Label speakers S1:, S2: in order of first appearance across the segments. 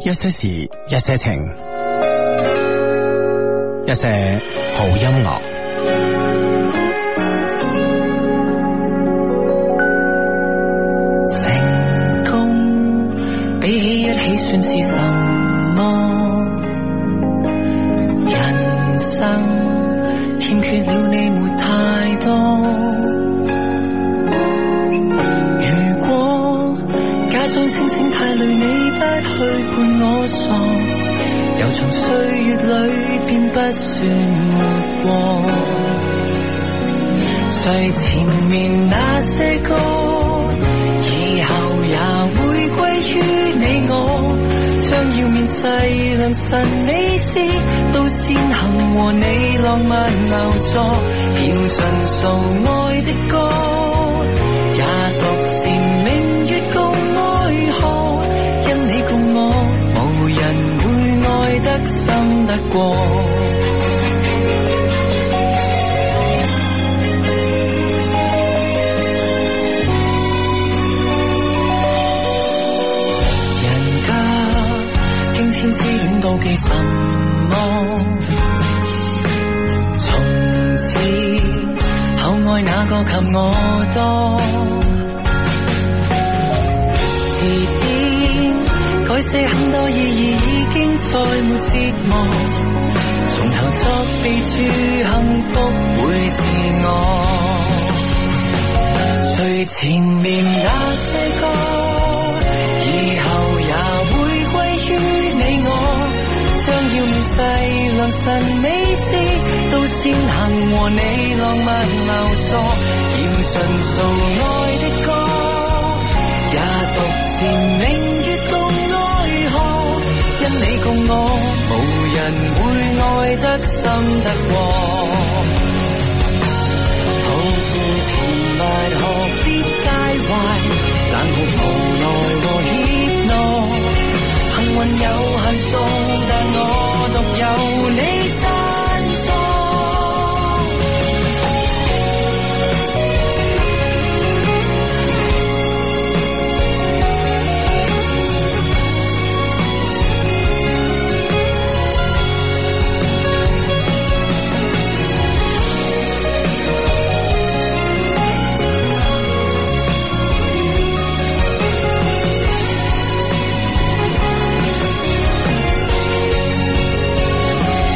S1: 一些事，一些情，一些好音樂。
S2: 成功比起一起算是什麼？人生欠缺了你沒太多。如果假裝清醒太累，你不去伴我傻，悠長歲月裏便不算沒過。最前面那些歌，以後也會歸於你我。將要面世良辰美事，都先行和你浪漫留座，要盡數愛的歌，也獨自明月共哀河。因你共我，無人會愛得深得過。人家驚天之戀妒忌什麼？從此厚愛那個及我多。字典改寫很多意義，已經再沒折磨。從頭作備註，幸福會是我。最前面那些歌，以後也會歸於你我。將要面世良辰美事，都先行和你浪漫流索，要盡數愛的歌，也獨自明月共愛河。因你共我，無人會愛得深得過。抱負填埋何必介懷？冷酷無奈和怯懦，幸運有限數，但我獨有你贊助。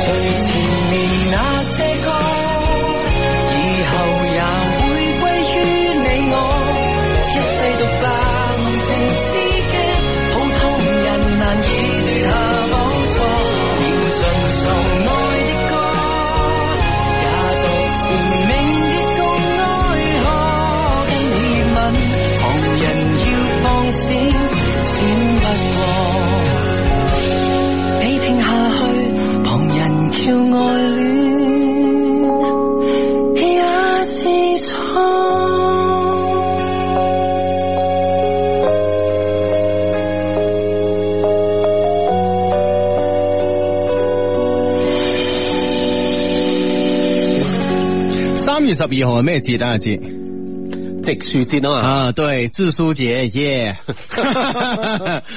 S2: 最前面那些歌，以後也會歸於你我。一世獨霸，無情知己，普通人難以奪下寶座。要盡數愛的歌，也獨自明月共愛河。跟你吻，旁人要放閃，閃不過。比拼下去，旁人叫愛戀，也是錯。
S1: 三月十二號係咩節啊？阿哲
S3: 植樹節啊嘛，
S1: 啊，對，植樹節 耶！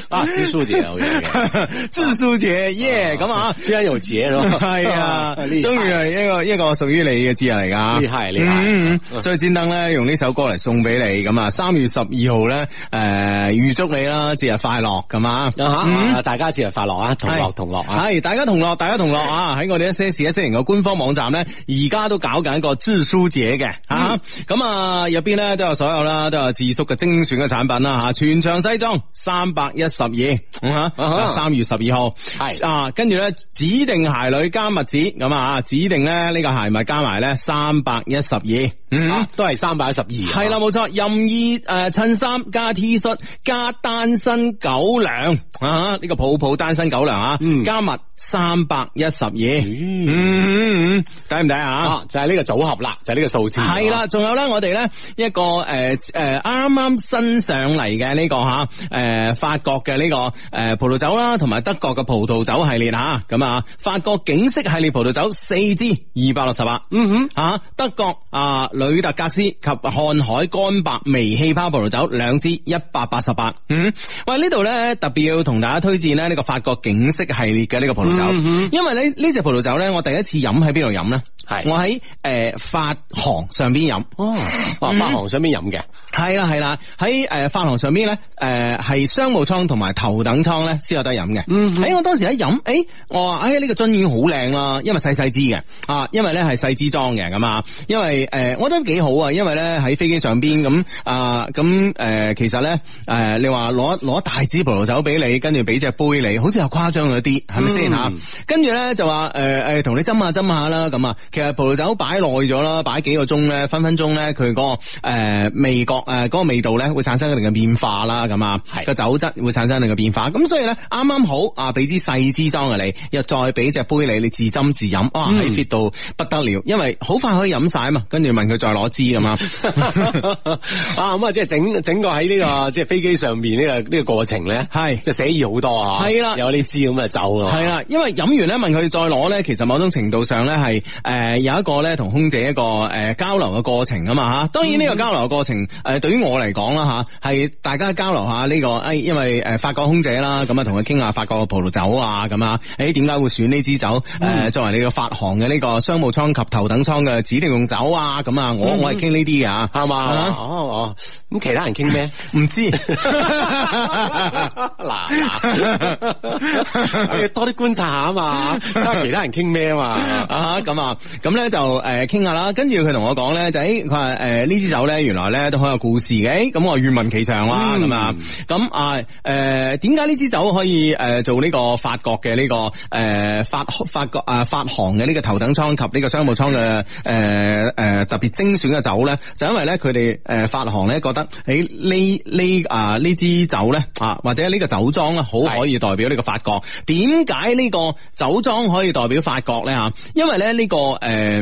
S3: 啊，植樹節好嘢 嘅，
S1: 植樹節耶！咁啊，
S3: 居然有節咯，
S1: 係 啊，
S3: 呢
S1: 終於係一個一個屬於你嘅節日嚟噶，
S3: 厲害厲害
S1: 嗯嗯所以專登咧用呢首歌嚟送俾你咁啊！三月十二號咧，誒，預祝你啦，節日快樂咁啊！嗯
S3: 啊吓，大家節日快樂啊，同樂
S1: 係
S3: 同樂啊！
S1: 係大家同樂，大家同樂啊！喺我哋一些事一些情嘅官方網站咧，而家都搞緊一個知書姐嘅
S3: 嗯
S1: 吓，咁啊入邊咧都有所有啦，都有智叔嘅精選嘅產品啦吓，啊全場西裝三百一十二，
S3: 啊哈
S1: 吓三月十二號
S3: 係
S1: 啊，跟住咧指定鞋類加襪子咁啊，指定咧呢個鞋襪加埋咧三百一十二，嗯
S3: 啊。都係三百一十二，
S1: 係啦，冇錯，任意誒襯衫加 T 恤加單身狗糧啊！呢、個抱抱單身狗糧啊，
S3: 嗯
S1: 加密三百一十二，
S3: 嗯
S1: 嗯，嗯嗯抵唔抵啊？
S3: 啊，就係呢個組合啦，就係呢個數字。
S1: 係啦，仲有咧，我哋咧一個
S3: 诶诶呃啱啱新上嚟嘅呢個吓诶法國嘅呢個诶葡萄酒啦，同埋德國嘅葡萄酒系列吓，咁啊法國景色系列葡萄酒四支二百六十八，嗯哼吓德國啊吕特格斯及瀚海乾白微氣泡葡萄酒兩支一百八十八，嗯，喂呢度咧特別要同大家推薦咧呢個法國景色系列嘅呢個葡萄酒，因為呢呢只葡萄酒咧我第一次飲喺邊度飲咧，
S4: 係
S3: 我喺诶、呃法航上邊飲。
S4: 哦，哇，八行上邊飲嘅，
S3: 系啦系啦，喺诶發廊上邊咧，诶、係商務艙同埋頭等艙咧先有得飲嘅。
S4: 嗯
S3: 喺、我當時一飲，诶、我話哎诶呢個樽已經好靚啦，因為細細支嘅，啊，因為咧係細支裝嘅咁啊，因為诶、誒我覺得幾好啊，因為咧喺飛機上邊咁啊，咁、诶、其實咧诶、誒你話攞攞大支葡萄酒俾你，跟住俾隻杯你，好似又誇張咗啲，係咪先吓？
S4: 嗯
S3: 跟住咧就話诶诶，誒同、你斟下斟下啦，咁啊，其實葡萄酒擺耐咗啦，擺幾個鐘咧，分分鐘咧佢嗰個诶味覺诶嗰、個味道咧會產生一定嘅變化啦，咁啊，
S4: 係
S3: 個酒質會產生一定嘅變化，咁所以咧啱啱好啊，俾支細支裝嘅你，又再俾隻杯你，你自斟自飲，哇
S4: 嗯
S3: 喺 fit 到不得了，因為好快可以飲晒啊嘛，跟住問佢再攞支咁啊。
S4: 啊咁啊，即係整整個喺呢個即係飛機上邊呢個呢個過程咧，
S3: 係
S4: 即係寫意好多啊，
S3: 係啦
S4: 有呢支咁嘅酒啊，
S3: 系啦，因為飲完咧問佢再攞咧，其實某種程度上咧係诶有一個咧同空姐一個诶、呃交流嘅過程啊嘛吓。當然呢個交流嘅過程诶、
S4: 嗯
S3: 呃、对于我嚟講啦吓，係大家交流下呢、個个哎因為诶、呃、法國空姐啦，咁啊同佢傾下法國嘅葡萄酒啊咁啊，诶點解會選呢支酒诶、
S4: 嗯
S3: 呃作為你個法航嘅呢個商務艙及頭等艙嘅指定用酒啊咁啊，我
S4: 嗯
S3: 我係傾呢啲嘅啊，
S4: 啱嘛？
S3: 啊
S4: 哦哦，咁其他人傾咩？
S3: 唔 知。
S4: 嗱嗱，要多啲觀察下啊嘛，睇下其他人傾咩啊嘛。
S3: 啊咁啊，咁咧就诶倾下啦，跟住佢同我講咧就诶佢話诶呢支酒咧原來咧都好有故事嘅，欸咁我話願聞其詳啦
S4: 嗯
S3: 咁啊，咁啊诶點解呢支酒可以诶做呢個法國嘅呢個诶法法國啊法航嘅呢個頭等艙及呢個商務艙嘅诶诶特別精選嘅酒咧，就因為咧佢哋诶法航咧覺得喺呢呢啊呢支酒咧啊或者呢個酒莊咧好可以代表呢個法國，點解呢個酒莊可以代表法國咧吓？因為咧呢、個诶。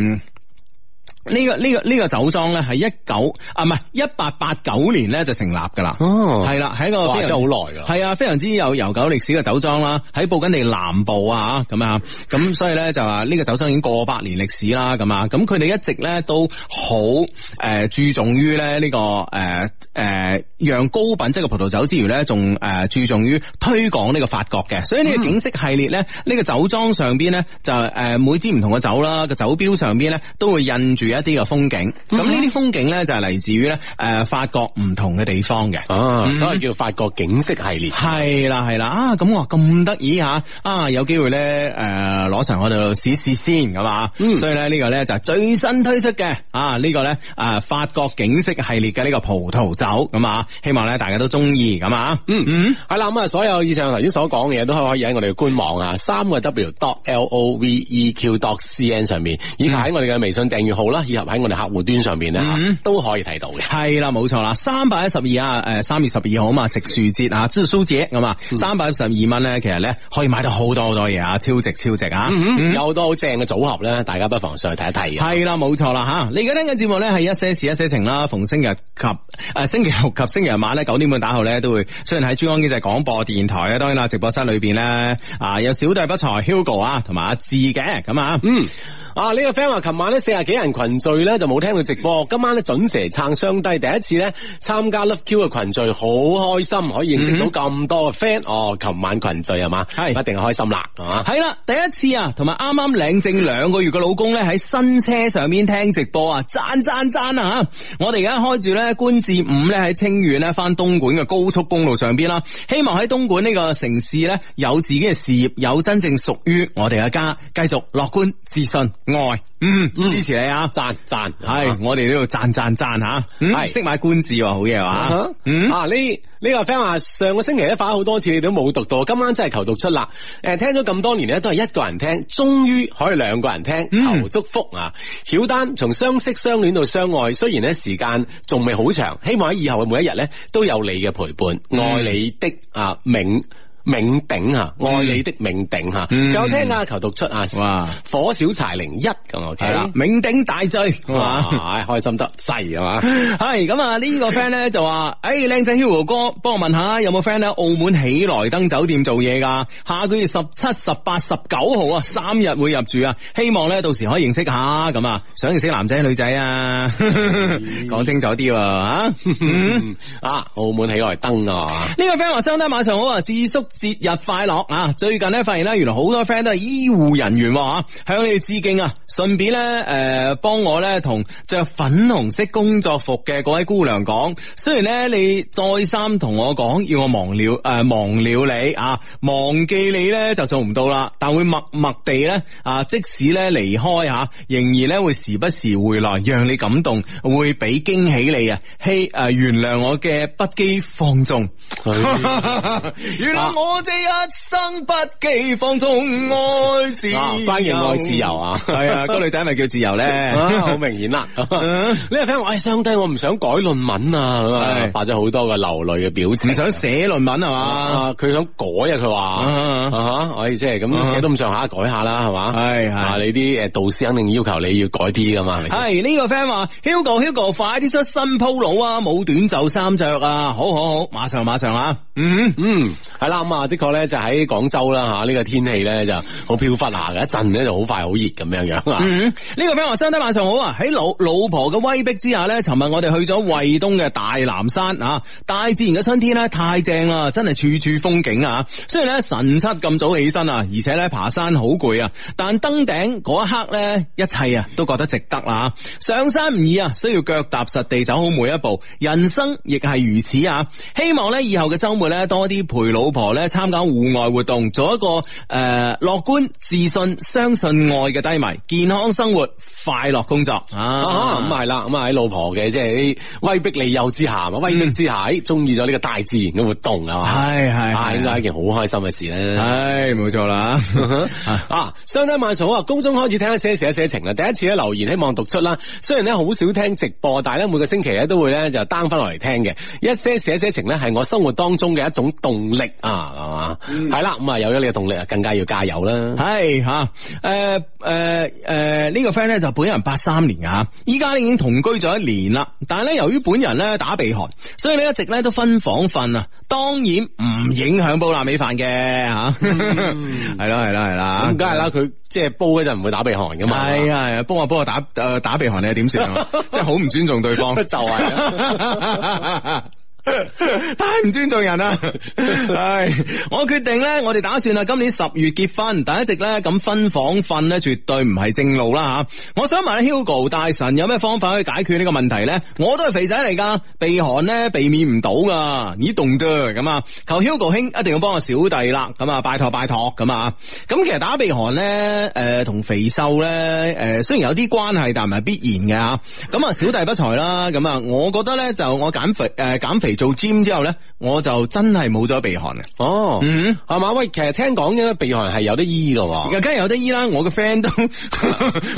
S3: 誒呢、個呢、個呢、個酒莊咧係一九啊唔係一八八九年咧就成立㗎啦，
S4: 哦
S3: 係啦係一個
S4: 哇
S3: 非常
S4: 真係好耐㗎啦
S3: 係啊非常之有悠久歷史嘅酒莊啦，喺布根地南部啊咁啊，咁所以咧就話呢個酒莊已經過百年歷史啦咁啊，咁佢哋一直咧都好誒、呃注重於咧呢個誒誒、呃呃讓高品質嘅葡萄酒之餘咧，仲誒注重於推廣呢個法國嘅，所以呢個景色系列咧，呢、個酒莊上邊咧就誒每支唔同嘅酒啦，個酒標上邊咧都會印住一啲嘅風景，咁呢啲風景咧就係嚟自於咧誒法國唔同嘅地方嘅。
S4: 啊，
S3: 嗯
S4: 所以叫法國景色系列。
S3: 系啦系啦啊！咁我咁得意吓啊，有機會咧诶攞上我哋度試試先咁啊！
S4: 嗯
S3: 所以咧呢個咧就係最新推出嘅啊呢、個咧啊法國景色系列嘅呢個葡萄酒咁啊，希望咧大家都中意咁啊！
S4: 嗯嗯，系啦，咁啊，所有以上頭先所講嘅嘢都可以喺我哋嘅官網啊，三個 W dot L O V E Q dot C N 上面，以及喺我哋嘅微信訂閱號啦，以及喺我哋客戶端上面咧
S3: 嗯，
S4: 都可以睇到嘅。
S3: 係啦，冇錯啦，三百一十二啊，诶，三月十二號啊嘛，植樹節啊，知蘇節咁啊，三百一十二蚊咧，其實咧可以買到好多好多嘢啊，超值超值啊！
S4: 有好多好正嘅組合咧，大家不妨上去睇一睇嘅。啊
S3: 系啦，冇錯啦吓！你而家聽緊節目咧係一些事一些情啦，逢星期日及诶、呃星期六及星期日晚咧九點半打後咧都會出現喺珠江經濟廣播電台啊。當然啦，直播室裏边咧啊有小弟不才 Hugo 啊，同埋阿志嘅咁啊。
S4: 嗯，啊呢、個 friend 話，琴晚呢四十幾人群聚咧就冇聽到直播，今晚咧準時嚟撐雙低，第一次咧參加 Love Q 嘅群聚，好開心，可以認
S3: 嗯
S4: 識到咁多嘅 friend、哦，琴晚群聚係嘛，
S3: 係
S4: 一定開心啦，係嘛。
S3: 係啦，第一次啊，同埋啱啱領證兩個月嘅老公咧喺新車上面聽直播啊，讚讚讚啊吓！我哋而家開住咧觀致五咧喺清遠咧翻東莞嘅高速公路上邊啦，希望喺東莞呢個城市咧有自己嘅事業，有真正屬於我哋嘅家，繼續樂觀、自信、愛，嗯，支持你啊！
S4: 讚讚
S3: 係，我哋都要讚讚讚吓，嗯
S4: 係
S3: 識買觀致喎，好嘢
S4: 啊
S3: 話，嗯。
S4: 啊呢呢個 friend 話上個星期咧發咗好多次，你都冇讀到，今晚真係求讀出啦。誒聽咗咁多年咧，都係一個人聽，終於可以兩個人聽，
S3: 嗯
S4: 求祝福啊！曉丹從相識、相戀到相愛，雖然咧時間仲
S3: 嗯
S4: 未好長，希望喺以後嘅每一日咧都有你嘅陪伴，愛你的啊明銘鼎吓，愛你的銘鼎吓，
S3: 嗯
S4: 佢有聽啊，求讀出啊，
S3: 哇！
S4: 火小柴零一咁
S3: 系
S4: ，OK，啊
S3: 啦，酩酊大醉，係嘛
S4: 哇，唉開心得滯啊嘛，
S3: 系咁啊！呢个 friend 咧就话：，诶，靓仔 Hugo 哥，帮我问下有冇 friend 咧澳门喜来登酒店做嘢噶？下个月十七、十八、十九号啊，三日会入住啊！希望咧到时可以认识下咁啊，想认识男仔女仔啊， 讲清楚啲啊！ 嚇
S4: 嗯啊，澳門喜來登啊，
S3: 呢個 friend 話：相低晚上好啊，智叔節日快樂啊！最近咧發現咧，原來好多 friend 都係醫護人員喎吓，向你哋致敬啊！順便咧，诶、幫我咧同着粉紅色工作服嘅各位姑娘講，雖然咧你再三同我講要我忘了诶、呃忘了你啊，忘記你咧就做唔到啦，但會默默地咧啊，即使咧離開吓、仍然咧會時不時回來，讓你感動，會俾驚喜你啊！希诶、呃原諒我嘅不羈放縱。
S4: 哎
S3: 原谅我这一生不羁放纵爱自由，
S4: 啊關鍵愛自由啊
S3: 系啊，嗰個女仔咪叫自由咧。
S4: 啊好明顯啦。
S3: 嗯
S4: 呢個 friend 話：，唉，哎相低，我唔想改論文啊，咁啊
S3: 係，
S4: 發咗好多個流淚嘅表情。
S3: 唔想寫論文係嘛？
S4: 啊，佢想改啊，佢話
S3: 啊
S4: 啊吓，唉，即係咁寫到咁上下，改下啦，係嘛？
S3: 係係
S4: 啊，你啲诶導師肯定要求你要改啲噶嘛，係咪先
S3: 系呢、個个 friend 話 Hugo Hugo 快啲出新鋪佬啊，冇短袖衫着啊，好好好，馬上馬上啊，嗯，
S4: 嗯，係啦，咁啊，的確咧就喺廣州啦吓，呢個天氣咧就好飄忽下嘅，一陣咧就好快好熱咁樣樣啊。
S3: 嗯，呢、個 friend 話相低晚上好啊！喺老老婆嘅威逼之下呢，尋日我哋去咗惠東嘅大南山啊！大自然嘅春天呢，太正啦，真係處處風景啊！雖然呢，晨七咁早起身啊，而且呢，爬山好攰啊，但登頂嗰一刻呢，一切啊都覺得值得啦！上山唔易啊，需要腳踏實地走好每一步，人生亦係如此啊！希望呢，以後嘅周末呢，多啲陪老婆呢參加戶外活動，做一個誒樂觀、自信、相信愛嘅低迷，健康生活，快樂工作
S4: 啊，咁
S3: 啊！
S4: 係啦，咁啊喺老婆嘅即係啲威逼利誘之下，威逼之下，咦中意咗呢個大自然嘅活動啊嘛。
S3: 嗯係係
S4: 啊，應該係一件好開心嘅事咧。
S3: 係冇錯啦，
S4: 啊，相低晚上好啊！高中開始聽一些事一些情啦，第一次咧留言希望讀出啦。雖然咧好少聽直播，但係咧每個星期咧都會咧就 down 翻落嚟聽嘅。一些事一些情咧係我生活當中嘅一種動力啊，係嘛？係啦，咁啊有咗你嘅動力啊，更加要加油啦。
S3: 係吓，誒誒誒呢個 friend 咧就本人八三年啊，依家已經同居咗一年啦，但係咧由於本人咧打鼻鼾，所以咧一直咧都分房瞓啊，當然唔影響煲臘味飯嘅吓， 係啦係啦係啦，
S4: 嗯咁梗係啦，佢即係煲嗰陣唔會打鼻鼾噶嘛。
S3: 系啊系啊，帮我帮我打诶、呃打鼻鼾，你係點算 啊？真係好唔尊重對方，
S4: 就係啊
S3: 太唔尊重人啦！唉，我決定咧，我哋打算啊，今年十月結婚，但一直咧咁分房瞓咧，絕對唔係正路啦吓。我想問咧，Hugo 大神有咩方法可以解決呢個問題咧？我都係肥仔嚟噶，鼻鼾咧避免唔到噶，咦凍啫咁啊！求 Hugo 兄一定要幫我小弟啦，咁啊拜託拜託咁啊！咁其實打鼻鼾咧，诶、呃同肥瘦咧，诶、雖然有啲關係，但唔係必然嘅吓。咁啊小弟不才啦，咁啊我覺得咧就我減肥诶减、減肥做 gym 之後咧，我就真係冇咗鼻鼾嘅。
S4: 哦，
S3: 嗯。
S4: 係嘛？喂，其實聽講嘅鼻鼾係有得醫噶喎。
S3: 梗係有得醫啦，我嘅 friend 都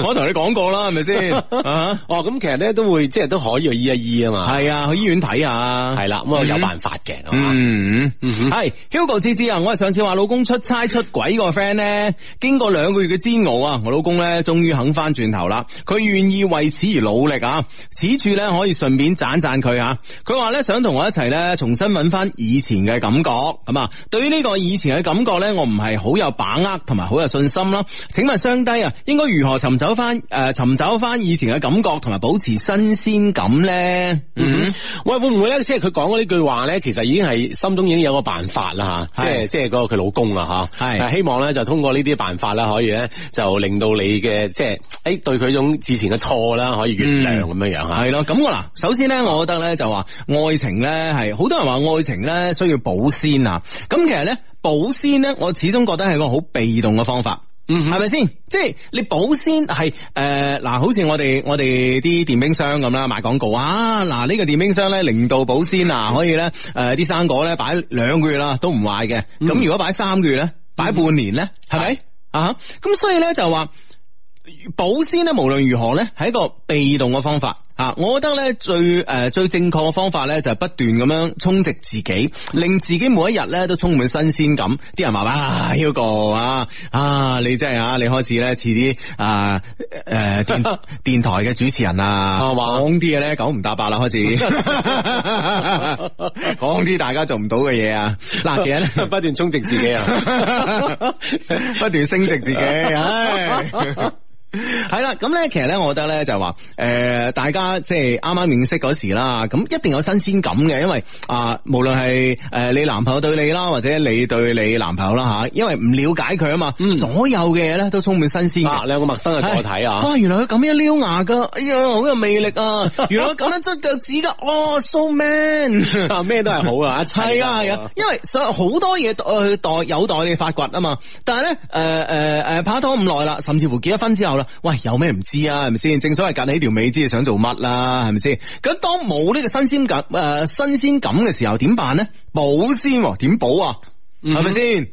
S3: 我同你講過啦，係咪先？啊，
S4: 哦，咁其實咧都會即係都可以去醫一醫啊嘛。
S3: 係啊，去醫院睇下。
S4: 係啦，咁啊有
S3: 嗯
S4: 辦法嘅，係嘛？
S3: 嗯，
S4: 嗯哼
S3: 系 Hugo 芝芝啊，我系上次話老公出差出軌個 friend 咧，經過兩個月嘅煎熬啊，我老公咧終於肯翻轉頭啦，佢願意為此而努力啊，此處咧可以順便讚讚佢啊，佢話咧想同我一齊咧重新揾翻以前嘅感覺，咁啊，對於呢個以前嘅感覺咧，我唔係好有把握同埋好有信心啦，請問雙低啊，應該如何尋找翻诶寻找翻以前嘅感覺同埋保持新鮮感咧？
S4: 嗯，喂，會唔會咧？即係佢講嗰呢句話咧，其實已經係心中已經有個辦法啦吓，即係
S3: 係
S4: 即係嗰個佢老公啊吓，
S3: 係
S4: 係希望咧就通過呢啲辦法啦，可以咧就令到你嘅即係诶對佢種之前嘅錯啦，可以原諒
S1: 嗯
S4: 咁樣樣吓。
S3: 嗯系咯，咁我嗱，首先咧，我覺得咧就話愛情咧係好多人話愛情咧需要保鮮啊，咁其實咧保鮮咧，我始終覺得係個好被動嘅方法。嗯，系咪先？即係你保鮮係诶嗱，好似我哋我哋啲電冰箱咁啦，賣廣告啊，嗱呢個電冰箱咧零度保鮮啊，可以咧诶啲生果咧擺兩個月啦都唔壞嘅，咁、如果擺三個月咧，擺半年咧，係咪啊？咁所以咧就話。保鮮咧，無論如何咧，係一個被動嘅方法。
S1: 啊，我覺得咧最誒、呃最正確嘅方法咧就係、不斷咁樣充值自己，令自己每一日咧都充滿新鮮感。啲人話啊，Hugo 啊啊，你真係啊，你開始咧似啲啊誒電 電台嘅主持人啊，
S4: 係嘛
S1: 講啲嘢咧九唔搭八啦，開始 講啲大家做唔到嘅嘢啊。嗱，其實咧
S4: 不斷充值自己啊！
S1: 不斷升值自己，唉。系啦，咁咧，其實咧，我覺得咧就係話，诶、大家即係啱啱認識嗰時啦，咁一定有新鮮感嘅，因為啊，無論係诶你男朋友對你啦，或者你對你男朋友啦
S4: 嗯
S1: 吓，因為唔了解佢啊嘛，所有嘅嘢咧都充滿新鮮
S4: 啊，
S1: 感。
S4: 兩個陌生嘅個體啊！
S1: 哇！原來佢咁樣撩牙噶，哎呀，好有魅力啊！原來佢咁樣捽腳趾噶，哦，so man！
S4: 啊，咩都係好啊，一切
S1: 系啊系啊，因為所有好多嘢呃去待有待你發掘啊嘛。但係咧，诶诶诶，呃拍拖咁耐啦，甚至乎結咗婚之後啦，喂，有咩唔知啊？係咪先？正所謂隔你條尾知你想做乜啦，係咪先？咁當冇呢個新鮮感诶、呃新鮮感嘅時候，點辦咧？保鮮喎點保啊？
S4: 嗯
S1: 係咪先？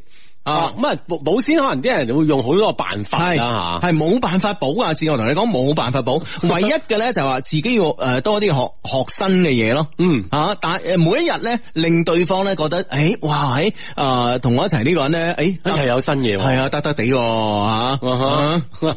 S4: 啊，咁啊，保保鮮可能啲人會用好多個辦法
S1: 系
S4: 啦
S1: 系冇辦法保啊！自我同你講冇辦法保，唯一嘅咧就係話自己要诶多啲學學新嘅嘢咯。
S4: 嗯
S1: 啊，但诶每一日咧令對方咧覺得诶、哇喺诶同我一齊呢個人咧诶
S4: 嚇，係有新嘢哎喎
S1: 係。啊得得地喎吓。
S4: 啊哈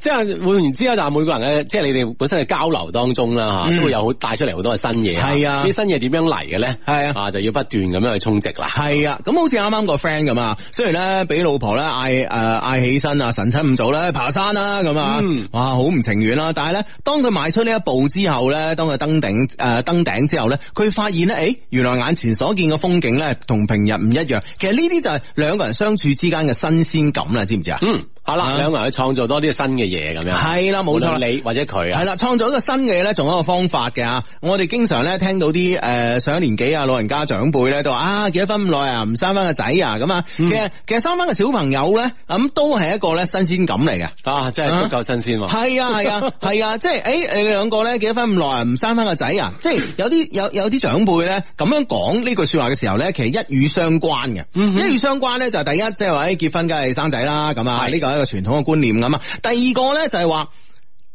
S4: 即係換言之啦，但係每個人嘅即係你哋本身嘅交流當中啦
S1: 嗯
S4: 嚇，都會有好帶出嚟好多嘅新嘢。
S1: 係啊
S4: 啲新嘢點樣嚟嘅咧？
S1: 係啊
S4: 啊就要不斷咁樣去充值啦。
S1: 系啊，咁好似啱啱個 friend 咁啊，雖然咧俾老婆咧嗌诶嗌起身啊，晨七五早咧爬山啦咁啊
S4: 嗯，
S1: 哇好唔情願啦。但係咧，當佢邁出呢一步之後咧，當佢登頂诶登頂之後咧，佢發現咧，诶原來眼前所見嘅風景咧同平日唔一樣。其實呢啲就係兩個人相處之間嘅新鮮感啦，知唔知啊？
S4: 嗯，好
S1: 啊
S4: 啦，兩個人去創造多啲新嘅嘢咁樣。
S1: 係啦，冇
S4: 無
S1: 錯啦
S4: 論。你或者佢啊
S1: 系。啦，創造一個新嘅嘢咧，仲有一個方法嘅啊！我哋經常咧聽到啲诶、呃上咗年紀啊老人家長輩咧，都話啊結咗婚咁耐啊，唔生翻個仔啊咁啊。其實其實生翻個小朋友咧，咁都係一個咧新鮮感嚟 嘅。
S4: 啊，真係足夠新鮮喎！
S1: 係啊係啊係啊，即係诶、欸你兩個咧結咗婚咁耐啊，唔生翻個仔啊，即係有啲有有啲長輩咧咁樣講呢句说話嘅時候咧，其實一語相關嘅。一語相關咧就係第一即係話誒結婚梗係生仔啦，咁啊呢個係一個傳統嘅觀念咁啊。第二個咧就係話。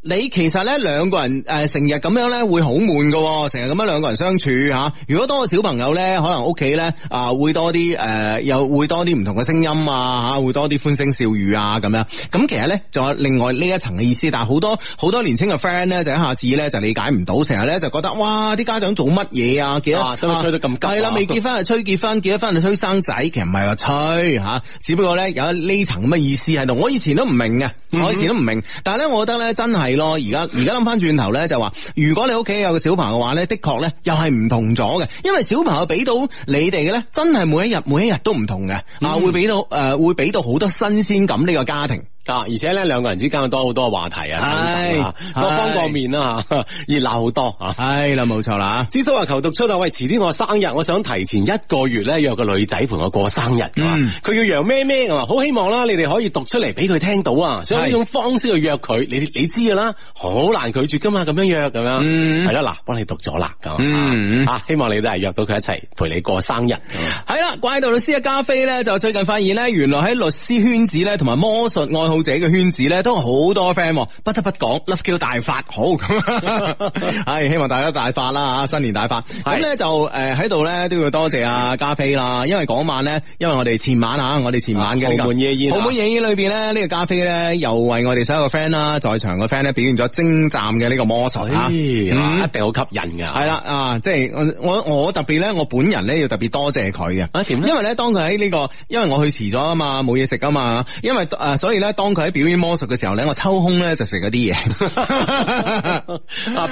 S1: 你其實咧兩個人誒成日咁樣咧會好悶噶，成日咁樣兩個人相處嚇、如果多個小朋友咧，可能屋企咧啊會多啲誒、呃又會多啲唔同嘅聲音啊嚇，會多啲歡聲笑語啊咁樣。咁其實咧仲有另外呢一層嘅意思，但係好多好多年青嘅 friend 咧就一下子咧就理解唔到，成日咧就覺得哇啲家長做乜嘢啊？幾多
S4: 啊使乜吹得咁急啊
S1: 係啦，未結婚就催結婚，結咗婚就催生仔，其實唔係話催嚇、只不過咧有呢層咁嘅意思喺度。我以前都唔明嘅，我以前都唔明，但係咧我覺得咧真係咯，而家而家諗翻轉頭咧就話，如果你屋企有個小朋友嘅話咧，的確咧又係唔同咗嘅，因為小朋友俾到你哋嘅咧，真係每一日每一日都唔同嘅，啊會俾到誒、呃、會俾到好多新鮮感呢個家庭。
S4: 啊，而且咧兩個人之間有多好多嘅話題啊，等等啊
S1: 係
S4: 各方各面 啦嚇，熱鬧好多啊！
S1: 係啦，冇錯啦。
S4: 知叔話求讀出啊！喂，遲啲我生日，我想提前一個月咧約個女仔陪我過生日㗎嘛
S1: 嗯
S4: 佢、叫楊咩咩啊，好希望啦，你哋可以讀出嚟俾佢聽到啊！所以呢種方式去約佢，你你知㗎啦，好難拒絕㗎嘛，咁樣約咁樣，
S1: 嗯
S4: 係啦嗱，幫你讀咗啦咁啊
S1: 嗯
S4: 啊，希望你都係約到佢一齊陪你過生日咁啊
S1: 系啦，怪盜律師嘅加菲咧，就最近發現咧，原來喺律師圈子咧，同埋魔術愛好者嘅圈子咧，都有好多 friend，喎不得不講 Love Q 大發好咁，系希望大家大發啦吓，新年大發。咁咧就诶喺度咧都要多謝阿加菲啦，因為嗰晚咧，因為我哋前晚啊，我哋前晚嘅呢個
S4: 豪門夜宴啊
S1: 豪門夜宴裏边咧，呢、個加菲咧又為我哋所有嘅 friend 啦，在場嘅 friend 咧表現咗精湛嘅呢個魔術啊。
S4: 咦
S1: 嗯
S4: 哎哇一定好吸引㗎，
S1: 系啦，啊，即系我我我特別咧，我本人咧要特別多謝佢嘅。
S4: 啊點咧
S1: 因為咧，當佢喺呢個，因為我去遲咗啊嘛，冇嘢食啊嘛，因為诶、呃所以咧，當佢喺表演魔術嘅時候咧，我抽空咧就食嗰啲嘢。
S4: 啊，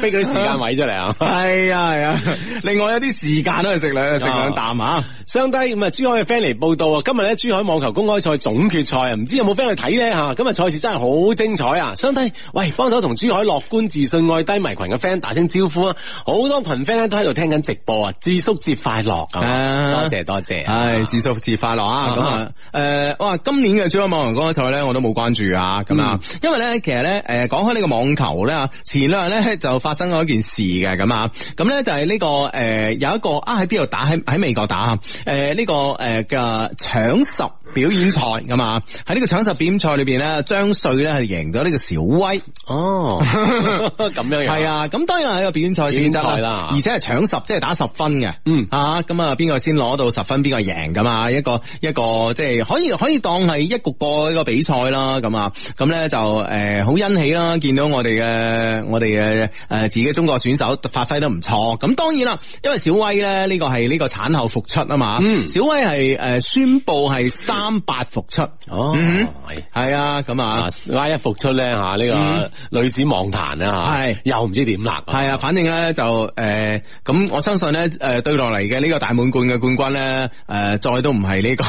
S4: 逼嗰啲時間位出嚟啊！
S1: 係啊係啊，另外有啲時間都去食兩食兩啖啊。
S4: 相低咁啊！珠海嘅 friend 嚟報道啊，今日咧珠海網球公開賽總決賽啊，唔知有冇 friend 去睇咧吓？今日賽事真係好精彩啊！相低，喂，幫手同珠海樂觀自信愛低迷群嘅 friend 打聲招呼啊！好多群 friend 咧都喺度聽緊直播啊！智叔節快樂
S1: 啊
S4: 啊！多謝多謝，
S1: 唉，自祝自快樂啊！
S4: 啊
S1: 咁啊，诶，哇，今年嘅珠海網球公開賽咧，我都冇關注啊，咁啊，
S4: 嗯
S1: 因為咧，其實咧，诶，講開呢個網球咧，前兩日咧就發生咗一件事嘅，咁啊，咁咧就係呢個呃诶有一個啊喺邊度打喺喺美國打啊，诶呢個诶嘅搶十。表演賽咁啊！喺呢個搶十表演賽裏邊咧，張帥咧係贏咗呢個小威。
S4: 哦，咁樣樣
S1: 係，啊，咁當然係一個表演賽性
S4: 表演
S1: 質
S4: 賽啦
S1: 而且係搶十，即係打十分嘅。
S4: 嗯
S1: 啊，咁啊，邊個先攞到十分，邊個贏噶嘛？一個一個即係可以可以當係一局過一個比賽啦。咁啊，咁咧就誒好欣喜啦，見到我哋嘅我哋嘅誒自己中國選手發揮得唔錯。咁當然啦，因為小威咧呢個係呢個產後復出啊嘛。
S4: 嗯
S1: 小威係誒宣布係三八復出。
S4: 哦，
S1: 嗯
S4: 係
S1: 係啊，咁
S4: 啊
S1: 啊。
S4: 拉一復出咧吓，呢個女子網壇咧吓，
S1: 係
S4: 啊又唔知點啦，
S1: 嗯系啊，反正咧就呃 诶，咁、我相信咧诶、誒對落嚟嘅呢個大滿貫嘅冠軍咧，诶、再都唔係呢個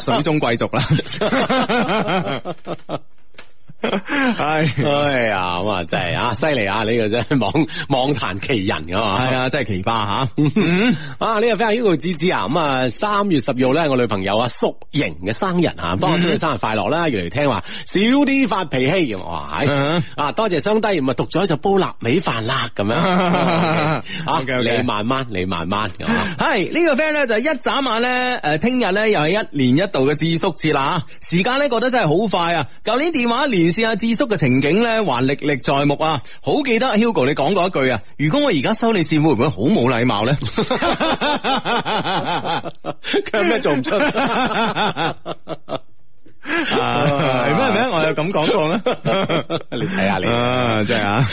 S1: 水中貴族啦。系
S4: 哎呀，咁啊真 係啊，犀利啊！呢個真係網網壇奇人噶嘛，
S1: 係啊，真係奇葩吓。
S4: 啊！呢個 friend Hugo 芝芝啊，咁啊三月十二號咧，我女朋友啊淑瑩嘅生日
S1: 嗯
S4: 啊，幫我祝佢生日快樂啦！越嚟越聽話，少啲發脾氣咁哇！係
S1: 嗯
S4: 啊，多謝雙低，咁啊讀咗就煲臘味飯啦咁樣 啊
S1: OK，OK
S4: 你慢慢，你慢慢咁 啊
S1: 係呢、個 friend 咧就一眨眼咧，诶，聽日咧又係一年一度嘅智叔節啦，時間咧過得真係好快啊！舊年電話連線阿智啊叔嘅情景咧，還歷歷在目啊！好記得 Hugo 你講過一句啊，如果我 而家收你線，會唔會好冇禮貌咧？
S4: 佢有咩做唔出？
S1: 係啊咩咩？我有咁講過咩？
S4: 你睇下你
S1: 啊，真係啊！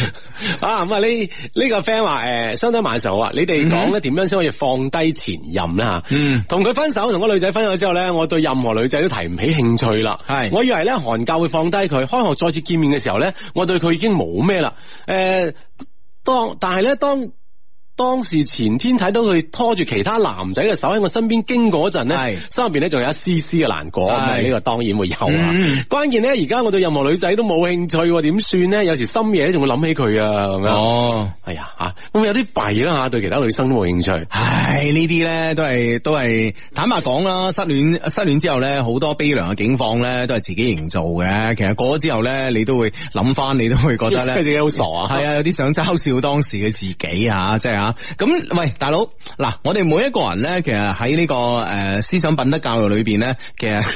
S4: 啊咁啊呢呢個 friend 話誒，相低晚上好啊！你哋講咧點樣先可以放低前任啦嚇？
S1: 嗯
S4: 同佢分手，同個女仔分手之後咧，我對任何女仔都提唔起興趣啦。
S1: 係
S4: 我以為咧寒假會放低佢，開學再次見面嘅時候咧，我對佢已經冇咩啦。誒、當但係咧當。當時前天睇到佢拖住其他男仔嘅手喺我身邊經過嗰陣咧
S1: 係，
S4: 心入邊咧仲有一絲絲嘅難過，咁啊
S1: 係
S4: 呢個當然會有啊。
S1: 嗯
S4: 關鍵咧，而家我對任何女仔都冇興趣喎，點算咧？有時深夜咧仲會諗起佢啊，咁樣。
S1: 哦。
S4: 哎呀吓，咁有啲弊啦吓，對其他女生都冇興趣。
S1: 唉，呢啲咧都係都係坦白講啦，失戀失戀之後咧，好多悲涼嘅境況咧都係自己營造嘅。其實過咗之後咧，你都會諗翻，你都會覺得
S4: 自
S1: 咧。
S4: 己好傻啊。
S1: 係啊，有啲想嘲笑當時嘅自己啊， 即係啊，咁喂，大佬嗱，我哋每一個人咧，其實喺呢、個诶、呃思想品德教育裏边咧，其實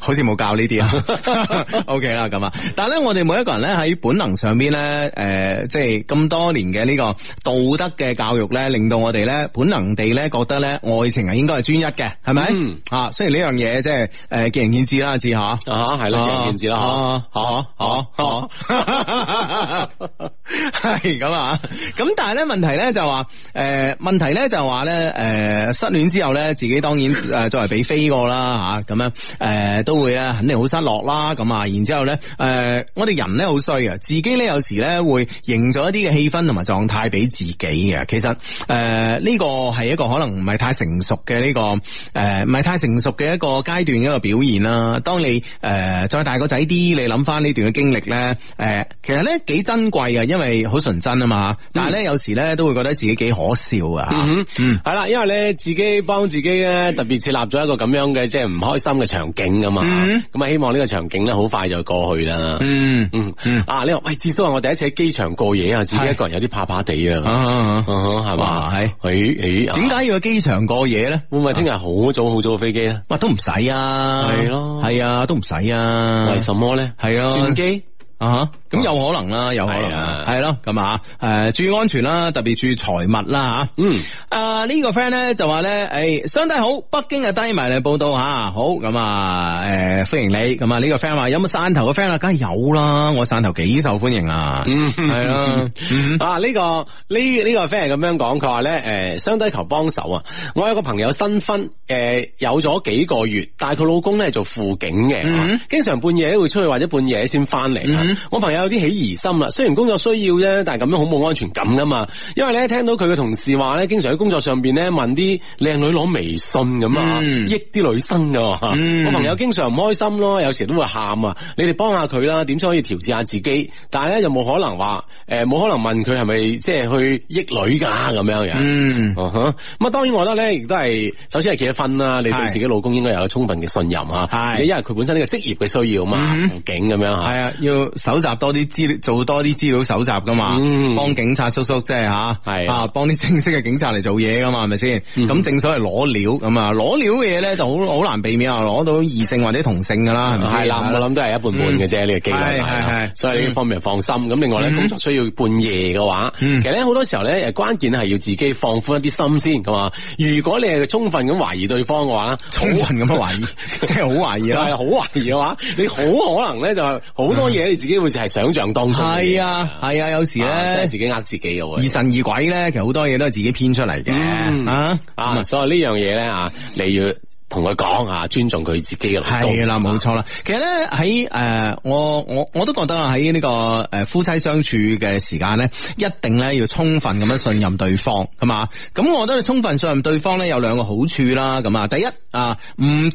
S1: 好似冇教呢啲啊 ，OK 啦咁啊，但係咧，我哋每一個人咧喺本能上邊咧，诶、即係咁多年嘅呢個道德嘅教育咧，令到我哋咧本能地咧覺得咧愛情係啊應該係專一嘅，係咪？
S4: 嗯
S1: 啊，雖然呢樣嘢即係诶見仁見智啦，志吓。
S4: 啊，係啦，見仁見智啦
S1: 啊
S4: 吓
S1: 哦 哦，系咁啊，咁但系咧問題咧就話，诶、問題咧就話咧，诶、失戀之後咧，自己當然诶、誒作為俾飛過啦吓，咁樣诶都會咧肯定好失落啦，咁啊，然之后咧，诶、我哋人咧好衰啊，自己咧有時咧會營造一啲嘅氣氛同埋狀態俾自己嘅，其實诶呢個係一個可能唔係太成熟嘅呢、個个诶唔係太成熟嘅一個階段嘅一個表現啦，當你诶、誒再大個仔啲，你諗翻呢段嘅經歷咧，诶、其實咧幾珍貴嘅，因為好純真啊嘛。但係咧有時咧都會覺得自己幾可笑啊。
S4: 嗯哼，係啦，因為咧自己幫自己咧特別設立咗一個咁樣嘅即係唔開心嘅場景噶嘛，
S1: 嗯
S4: 咁啊希望呢個場景咧好快就過去啦。
S1: 嗯
S4: 嗯
S1: 嗯
S4: 啊，你話喂，至少係我第一次喺機場過夜啊，自己
S1: 係
S4: 一個人有啲怕怕地啊，
S1: 啊，
S4: 嗯哼係
S1: 哇
S4: 嘛？
S1: 係
S4: 誒誒，
S1: 點解要去機場過夜咧？
S4: 會唔會聽日好早好早嘅飛機咧？
S1: 哇，都唔使啊，
S4: 係咯
S1: 係啊，都唔使啊，
S4: 為什麼咧？
S1: 係啊，
S4: 轉機
S1: 啊，咁有可能啦，有可能
S4: 係哦啊
S1: 係咯，咁啊，诶，注意安全啦，特別注意財物啦吓。
S4: 嗯，
S1: 啊呢個 friend 咧就話咧，诶，相低好，北京嘅低迷嚟報道吓，好咁啊，诶，歡迎你。咁啊呢個 friend 話有冇汕頭嘅 friend 啊？梗係有啦，我汕頭幾受歡迎啊，
S4: 嗯
S1: 係啦，嗯
S4: 啊，呢、個呢呢、個 friend 係咁樣講，佢話咧，诶、相低求幫手啊！我有個朋友新婚，诶、有咗幾個月，但係佢老公咧係做輔警嘅，
S1: 嗯
S4: 經常半夜會出去或者半夜先翻嚟。啊
S1: 嗯
S4: 我朋友有啲起疑心啦，雖然工作需要啫，但係咁樣好冇安全感噶嘛。因為咧聽到佢嘅同事話咧，經常喺工作上边咧問啲靚女攞微信咁啊，
S1: 嗯
S4: 益啲女生噶。
S1: 嗯
S4: 我朋友經啊常唔開心咯，有時都會喊啊！你哋幫下佢啦，點先可以調節下自己？但係咧就冇可能話誒，冇、可能問佢係咪即係去益女㗎咁樣樣。
S1: 嗯。
S4: 嗯哼，咁啊，當然我覺得咧，亦都係首先係結咗婚啦，你對
S1: 係
S4: 自己老公應該有充分嘅信任嚇，啊
S1: 係
S4: 因為佢本身呢個職業嘅需要嘛，
S1: 嗯
S4: 輔警咁樣嚇，
S1: 係啊，要搜集多啲資料，做多啲資料搜集噶嘛，
S4: 嗯
S1: 幫警察叔叔即係吓，
S4: 係啊嗯
S1: 啊，幫啲正式嘅警察嚟做嘢噶嘛，係咪先？咁正所謂攞料咁啊，攞料嘅嘢咧就好好難避免啊，攞到異性或者同性噶啦，係咪先？
S4: 啊係啦，我諗都係一半半嘅啫，呢個機率
S1: 啊嗯係
S4: 係
S1: 係
S4: 啦
S1: 係，
S4: 所以呢方面放心。咁另外咧，
S1: 嗯
S4: 工作需要半夜嘅話，
S1: 嗯
S4: 其實咧好多時候咧，誒關鍵係要自己放寬一啲心先，咁嘛。如果你係充分咁懷疑對方嘅話，
S1: 充分咁啊樣懷疑， 即係啊好懷疑
S4: 係 啊
S1: 啦。
S4: 好懷疑嘅話，你好可能咧就係好多嘢你自己會係想象當中嘅嘢。
S1: 嗯係啊，係啊，有時
S4: 啊真係
S1: 咧
S4: 自己呃自己嘅
S1: 疑
S4: 喎。
S1: 神疑鬼咧，其實好多嘢都係自己編出嚟
S4: 嗯
S1: 嘅啊
S4: 啊，所以呢樣嘢咧啊，你要同佢講啊，尊重佢自己嘅勞動
S1: 係啊啦，冇。錯啦。其實咧喺誒，我我我都覺得啊喺呢個誒夫妻相處嘅時間咧，一定咧要充分咁樣信任對方，係嘛？咁我覺得你充分信任對方咧有兩個好處啦。咁啊，第一啊，唔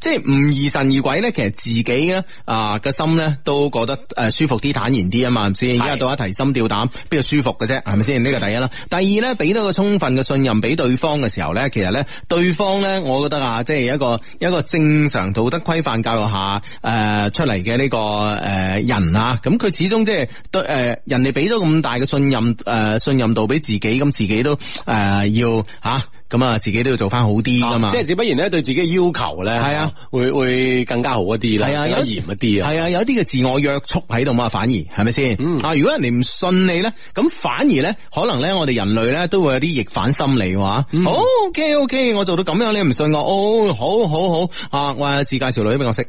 S1: 即係唔疑神疑鬼咧，其實自己咧啊個心咧都覺得呃誒舒服啲、坦然啲啊嘛，係咪先？而家到一提心吊膽，邊度舒服嘅啫？係咪先？呢個第一啦。第二咧，俾到個充分嘅信任俾對方嘅時候咧，其實咧對方咧，我覺得啊，即係一個一個正常道德規範教育下誒、呃出嚟嘅呢個誒、呃人啊，咁佢始終即係對誒、呃人哋俾咗咁大嘅信任誒、呃信任度俾自己，咁自己都誒、呃要吓咁啊，自己都要做翻好啲噶嘛。
S4: 啊即係只不然咧，對自己嘅要求咧，
S1: 啊係啊，
S4: 會會更加好一啲啦，
S1: 係啊
S4: 更加
S1: 有
S4: 嚴一啲啊，
S1: 係啊，有啲嘅自我約束喺度嘛，反而係咪先？
S4: 嗯
S1: 啊，如果人哋唔信你咧，咁反而咧，可能咧，我哋人類咧都會有啲逆反心理話，
S4: 嗯
S1: 好 OK OK，我做到咁樣你唔信我，哦，好好好啊，我有自介紹女俾我 識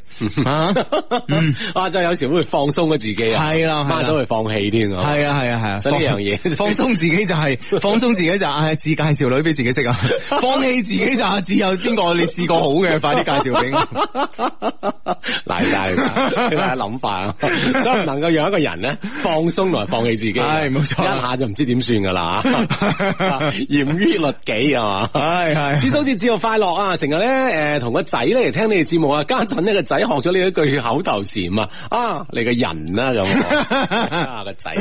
S1: 啊，嗯
S4: 啊，就有時會放鬆咗自己啊，
S1: 係啦係啦
S4: 翻手去放棄添啊，
S1: 係啊係啊係啊，
S4: 所以呢樣嘢
S1: 放鬆自己就係、 放鬆自己就係、自介紹女俾自己識啊，放棄自己就係、只有邊個你試過好嘅，快啲介紹俾我。
S4: 賴晒 佢嘅諗法啊，所以唔能夠讓一個人咧放鬆同埋放棄自己，啊
S1: 係冇錯
S4: 一下就唔知點算噶 啦，嚴於律己啊嘛。
S1: 係 係
S4: 至少節節日快樂啊！成日咧，誒，同個仔咧嚟聽你哋節目啊，家陣呢個仔學咗呢一句口頭禪啊，啊，你個人 啦咁，啊個仔，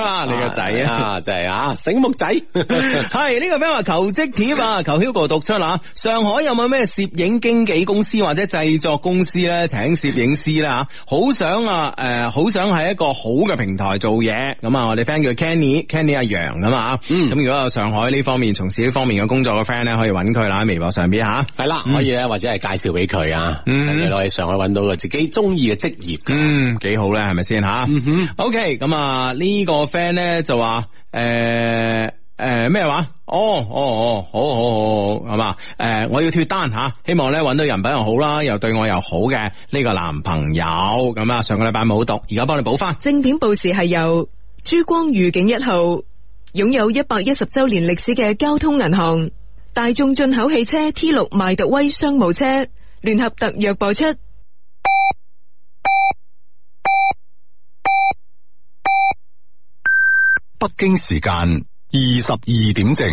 S1: 啊你個仔啊
S4: 啊，就係啊，醒目 仔，
S1: 系呢、個个 friend 话求职帖啊，求 Hugo 读出啦。上海有冇咩摄影经纪公司或者制作公司咧，请摄影师啦？好想啊，诶、好想喺一个好嘅平台做嘢。咁啊，我哋 friend 叫 Kenny，Kenny 阿杨咁啊。
S4: 嗯
S1: 咁如果有上海呢方面從事呢方面嘅工作嘅 friend 咧，可以揾佢啦，喺微博上邊吓。
S4: 係啦，可以咧，或者係介紹俾佢啊，
S1: 嗯
S4: 等佢可以上去揾到個自己中意嘅職業㗎。
S1: 嗯，幾好咧，係咪先吓
S4: 哼
S1: ？OK，咁啊呢個 friend 咧就話诶诶咩話？哦哦哦，好好好好，係嘛？诶、我要脱單吓、希望咧揾到人品又好啦，又對我又好嘅呢、個男朋友。咁啊，上個禮拜冇讀，而家幫你補翻。
S5: 正點報時係由珠光御景一號擁有一百一十周年歷史嘅交通銀行、大眾進口汽車 T 六邁特威商務車聯合特約播出。
S6: 北京時間二十二點正。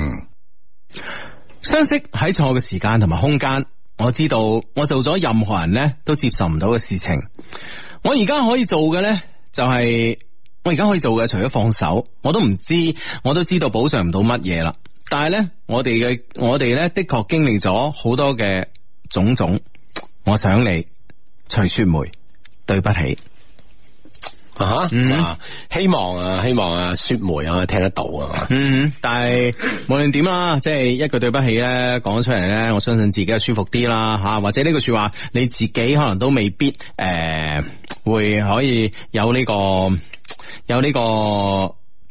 S1: 相識喺錯嘅時間同埋空間，我知道我做咗任何人咧都接受唔到嘅事情。我而家可以做嘅咧，就係我而家可以做嘅，除咗放手，我都唔知，我都知道補償唔到乜嘢啦。但係咧，我哋嘅我哋咧的確經歷咗好多嘅種種。我想你，徐雪梅，對不起。
S4: 啊
S1: 嗯
S4: 哈，啊希望啊，希望啊，雪梅啊，聽得到啊，
S1: 嗯，但係無論點啦，即係一句對不起咧，講出嚟咧，我相信自己係舒服啲啦吓，或者呢句说話你自己可能都未必诶、呃、会可以有呢、個有呢、個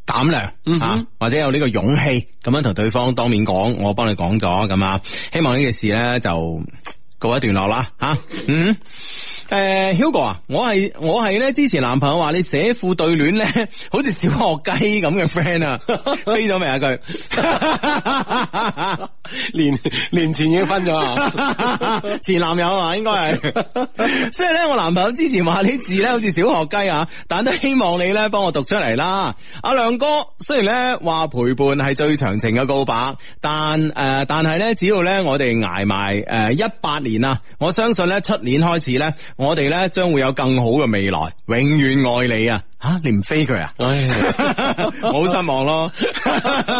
S1: 膽量
S4: 嗯
S1: 啊
S4: 哼，
S1: 或者有呢個勇氣咁樣同對方當面講，我幫你講咗咁啊，希望呢件事咧就告一段落啦吓、嗯。诶、h u g o 啊，我係我係咧之前男朋友話你寫褲對聯咧， 好似小學雞咁嘅 friend 啊，飛咗未啊佢？
S4: 年年前已經分咗啊。
S1: 前男友啊，應該係。所以咧，我男朋友之前話啲字咧好似小學雞啊，但都希望你咧幫我讀出嚟啦。阿亮哥，雖然咧話陪伴係最長情嘅告白，但诶、呃但係咧只要咧我哋捱埋诶一八年
S3: 年啊，我相信咧出年開始咧，我哋咧將會有更好嘅未來，永遠愛你啊！吓、你唔飛佢啊？
S4: 哎
S3: 我好失望 咯。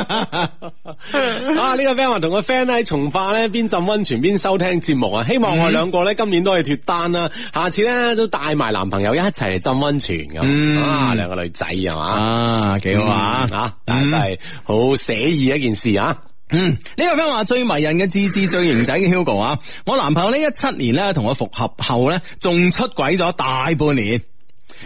S4: 啊！呢、個 friend 話同個 friend 咧喺從化咧邊浸温泉邊收聽節目啊，希
S1: 嗯
S4: 望我哋兩個咧今年都可以脱單啦，下次咧都帶埋男朋友一齊嚟浸温泉咁、
S3: 嗯
S4: 啊，兩個女仔係嘛，
S3: 啊，幾好啊！
S4: 啊，但係都係好寫意一件事啊，
S3: 嗯，呢個 friend 話最迷人嘅志志最型仔嘅 Hugo 啊，我男朋友呢一七年咧同我復合後咧，仲出軌咗大半年。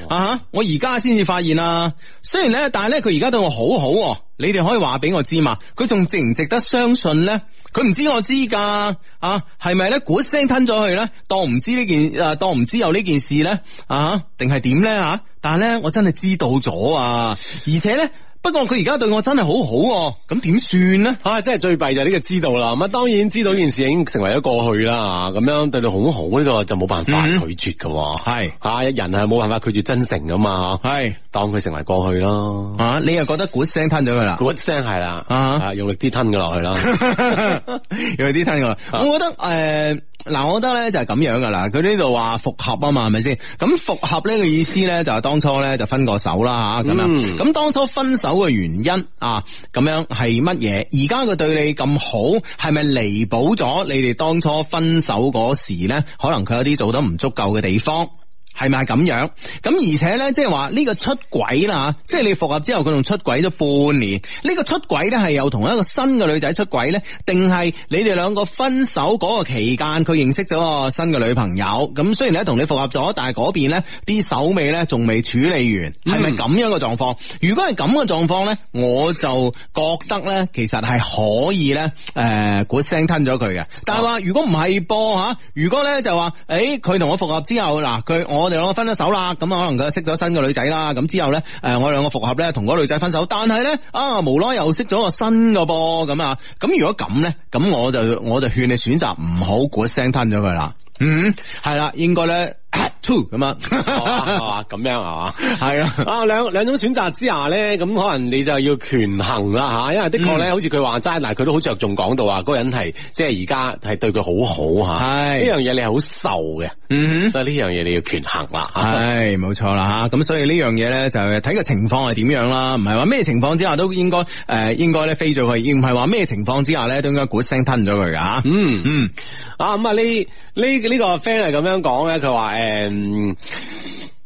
S3: 啊哈！我而家先至發現啊，雖然咧，但係咧佢而家對我好好、喎。你哋可以話俾我知嘛？佢仲值唔值得相信咧？佢唔知我知噶，啊，係咪咧？咕聲吞咗佢咧，當唔知呢件誒，當唔知有呢件事咧，啊，定係點咧啊？但係咧，我真係知道咗啊，而且咧。不過佢而家對我真係好好、喎，咁點算咧？
S4: 啊，真係最弊就係呢個知道啦，咁啊當然知道呢件事已經成為咗過去啦，咁樣對你好好呢、個就冇辦法
S3: 嗯
S4: 拒絕噶，
S3: 係
S4: 啊，人係冇辦法拒絕真誠噶嘛，
S3: 係
S4: 當佢成為過去咯。
S3: 啊，你又覺得咕聲吞咗佢啦？
S4: 嗰聲係啦，
S3: 啊
S4: 啊用力啲吞佢落去啦，
S3: 有啲吞我，我覺得誒，嗱、我覺得咧就係咁樣噶啦。佢呢度話復合啊嘛，係咪先？咁復合呢個意思咧就係當初咧就分過手啦吓，咁樣。
S4: 嗯
S3: 咁、當初分手嘅原因啊，咁樣係乜嘢？而家佢對你咁好，係咪彌補咗你哋當初分手嗰時咧？可能佢有啲做得唔足夠嘅地方。係咪係咁樣？咁而且咧，即係話呢個出軌啦，啊即係你復合之後佢仲出軌咗半年。呢個出軌咧係又同一個新嘅女仔出軌咧，定係你哋兩個分手嗰個期間佢認識咗個新嘅女朋友？咁雖然咧同你復合咗，但係嗰邊咧啲手尾咧仲未處理完，係咪咁樣嘅狀況？如果係咁嘅狀況咧，我就覺得咧其實係可以咧誒鼓聲吞咗佢嘅。但係話如果唔係噃吓，如果咧就話誒佢同我復合之後嗱，佢我哋兩個分咗手啦，咁可能佢識咗新嘅女仔啦，咁之後咧誒、我哋兩個復合咧同嗰個女仔分手，但係咧啊無啦又識咗個新嘅噃咁啊，咁如果咁咧，咁我就我就勸你選擇唔好鼓聲吞咗佢啦。嗯，係啦，應該咧 two 咁
S4: 係
S3: 啊，
S4: 嘛咁樣係嘛。
S3: 係啊。
S4: 啊，兩兩種選擇之下咧，咁可能你就要權衡啦吓，因為的確咧，好似佢話齋，但係佢都好着重講到話，嗰個人係即係而家係對佢好好吓，
S3: 係
S4: 呢樣嘢你係好受嘅，
S3: 嗯
S4: 所以呢樣嘢你要權衡 啦吓。
S3: 系冇錯啦吓，咁所以呢樣嘢咧就係睇個情況係點樣啦，唔係話咩情況之下都應該诶、呃、应该咧飛咗佢，亦唔係話咩情況之下咧都應該鼓聲吞咗佢噶吓。
S4: 嗯
S3: 嗯，
S4: 啊咁啊，呢呢呢個 friend 係咁樣講咧，佢話誒。嗯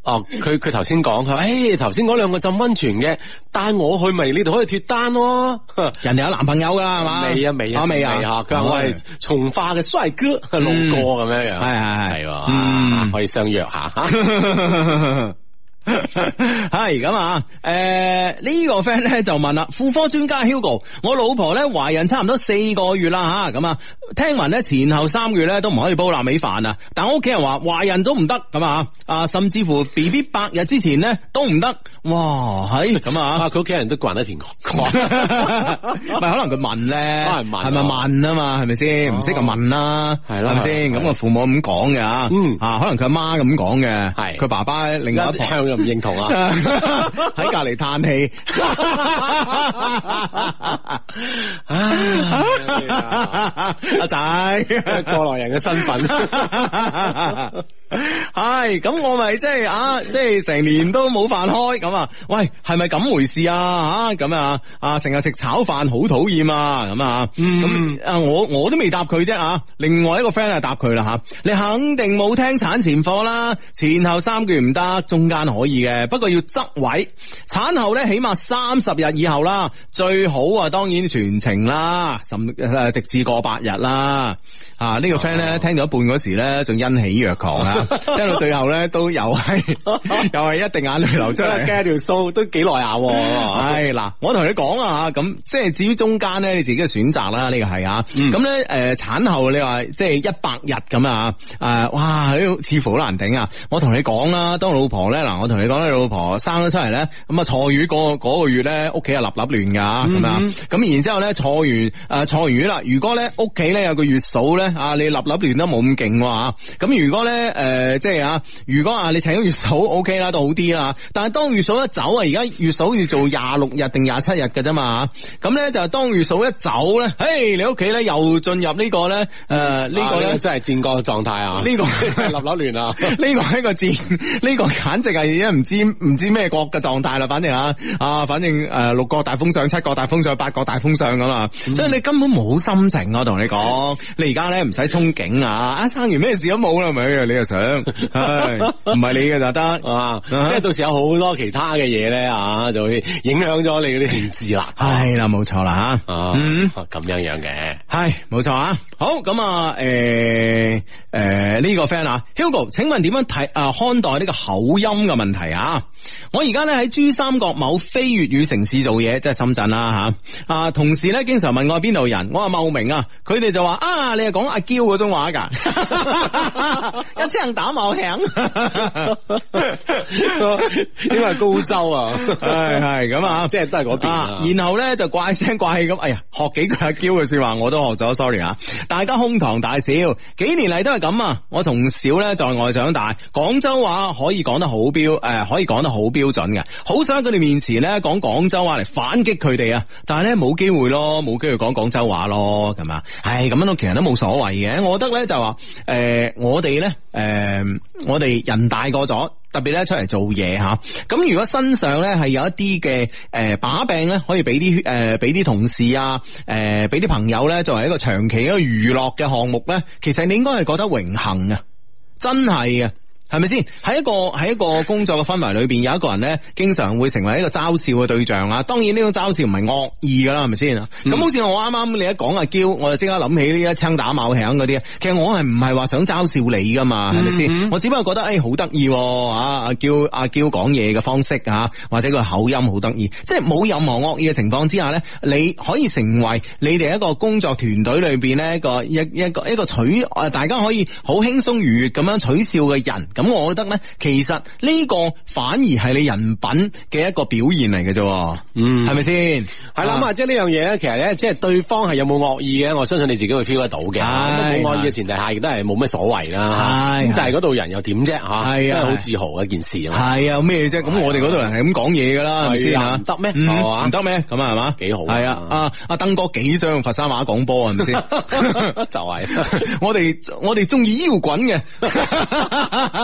S4: 哦，佢佢頭先講佢，誒頭先嗰兩個浸温泉嘅，帶我去咪你哋可以脱單咯。
S3: 人哋有男朋友噶啦，係嘛？
S4: 未啊未啊，
S3: 未啊，
S4: 嚇！佢話我係從化嘅帥哥路過咁樣
S3: 係係
S4: 樣，
S3: 係
S4: 係喎
S3: 嗯
S4: 啊可以相約下嚇。
S3: 系咁啊！诶、呢、個个 friend 咧就問啦，婦科專家 Hugo，我老婆咧懷孕差唔多四個月啦吓，咁啊，聽聞咧前後三個月咧都唔可以煲臘味飯啊，但我屋企人話懷孕都唔得咁啊，啊，甚至乎 B B 百日之前咧都唔得，哇，係咁啊
S4: 啊，！佢屋企人都慣得田
S3: 咪
S4: 講，
S3: 可能佢問咧，
S4: 可能問啊
S3: 係咪問啊嘛？係咪先？唔識就問啦，
S4: 係啦
S3: 係咪先？
S4: 係
S3: 咁個父母咁講嘅啊，
S4: 嗯
S3: 啊，可能佢阿媽咁講嘅，
S4: 係
S3: 佢爸爸另外
S4: 而
S3: 一
S4: 家一
S3: 旁
S4: 向就唔認同啊。
S3: 喺隔離嘆氣。阿仔，
S4: 過來人嘅身份，
S3: 系咁，我咪即系啊，即系成年都冇飯開咁啊！喂，係咪咁回事啊？吓咁啊啊，成日食炒飯好討厭啊！咁啊，咁啊，我我都未答佢啫啊！另外一個 friend 啊答佢啦吓，你肯定冇聽產前課啦，前後三句唔得，中間可以嘅，不過要執位。產後咧起碼三十日以後啦，最好啊，當然全程啦，甚誒直至過百日啦。啊！呢、個 friend 咧聽到一半嗰時咧，仲欣喜若狂啊！聽到最後咧，都又係又係一定眼淚流出嚟。
S4: 計條數都幾耐下喎。
S3: 啊唉，嗱，我同你講啊，咁即係至於中間咧，你自己嘅選擇啦，呢個係啊。咁咧，诶，產後你話即係一百日咁啊，诶，哇，似乎好難頂啊。我同你講啦，當老婆咧，嗱，我同你講咧，老婆生咗出嚟咧，咁啊，坐月嗰嗰個月咧，屋企係立立亂噶，咁啊，咁然之後咧，坐完诶坐完月啦，如果咧屋企咧有個月嫂咧咧啊，你立立亂得冇咁勁喎啊。咁如果咧诶，即係啊，如果啊你請咗月嫂 OK 啦，都好啲啦。但係當月嫂一走啊，而家月嫂要做廿六日定廿七日嘅啫嘛。咁咧就係當月嫂一走咧，嘿，你屋企咧又進入呢個咧诶呢個
S4: 啊
S3: 咧。
S4: 真係戰國狀態啊！
S3: 呢個
S4: 立立亂 啊！
S3: 呢個係一個戰， 呢、個簡直係一唔知唔知咩國嘅狀態啦。反正啊啊，反正誒、呃六個大風上、七個大風上、八個大風上咁啊，所以你根本冇心情啊。我同你講，你而家咧唔使憧憬啊！啊，生完咩事都冇啦，係咪你又想，唉唔係你嘅就得。
S4: 啊，即
S3: 啊
S4: 係到時有好多其他嘅嘢咧啊，就會影響咗你嗰啲興致啦。
S3: 係啦，冇錯啦吓，
S4: 啊，
S3: 嗯。
S4: 咁樣樣嘅。
S3: 系冇錯啊！好咁啊，诶诶呢個 friend 啊，Hugo，請問點樣睇啊看待呢個口音嘅問題啊？我而家咧喺珠三角某非粵語城市做嘢，即係深圳啦吓。啊，同事咧經常問我係邊度人，我話茂名啊，佢哋就話啊，你係講阿嬌嗰種話㗎， 一車人打茂響。
S4: 因為高州啊，
S3: 係係咁啊
S4: 即係都係嗰邊
S3: 啊
S4: 啊。
S3: 然後咧就怪聲怪氣咁，哎呀，學幾句阿嬌嘅说話我都學咗，sorry 啊！大家哄堂大笑，幾年嚟都係咁啊！我從小咧在外長大，廣州話可以講得好標，诶、可以講得好標準嘅，好想喺佢哋面前咧講廣州話嚟反擊佢哋啊！但係咧冇機會咯，冇機會講廣州話咯，咁啊，唉，咁樣都其實都冇所謂嘅。我覺得咧就話，诶、呃我哋咧，诶、我哋人大個咗。特別咧出嚟做嘢吓，咁如果身上咧係有一啲嘅誒把柄咧，可以俾啲誒俾啲同事啊，誒俾啲朋友咧作為一個長期一個娛樂嘅項目咧，其實你應該係覺得榮幸啊，真係嘅。係咪先？喺一個喺一個工作嘅氛圍裏邊，有一個人咧，經常會成為一個嘲笑嘅對象啊。當然呢種嘲笑唔係惡意噶啦，係咪先？咁、好似我啱啱你一講阿嬌，我就即刻諗起呢一槍打卯響嗰啲。其實我係唔係話想嘲笑你噶嘛？係咪先？我只不過覺得誒好得意喎啊！阿嬌阿嬌講嘢嘅方式啊，或者佢口音好得意，即係冇任何惡意嘅情況之下咧，你可以成為你哋一個工作團隊裏邊咧一個一一個一個取誒，大家可以好輕鬆愉悅咁樣取笑嘅人。咁我覺得咧，其實呢個反而係你人品嘅一個表現嚟嘅啫，
S4: 嗯
S3: 係咪先？
S4: 係啦，咁啊，即係呢樣嘢咧，其實咧，即係對方係有冇惡意嘅，我相信你自己會 feel 得到嘅。咁啊
S3: 係
S4: 冇惡意嘅前提下，亦都係冇乜所謂啦。啊
S3: 係
S4: 咁就係嗰度人又點啫吓，
S3: 係啊
S4: 真係好自豪嘅一件事啊，
S3: 係啊，咩啫？咁我哋嗰度人係咁講嘢噶啦，係咪先
S4: 係啊
S3: 啊
S4: 唔得咩
S3: 嗯
S4: 係嘛
S3: 唔得咩？咁啊，係嘛？
S4: 幾好啊
S3: 係啊！啊阿登哥幾想用佛山話講波啊，係咪 先？
S4: 就係。
S3: 我哋我哋中意腰滾嘅。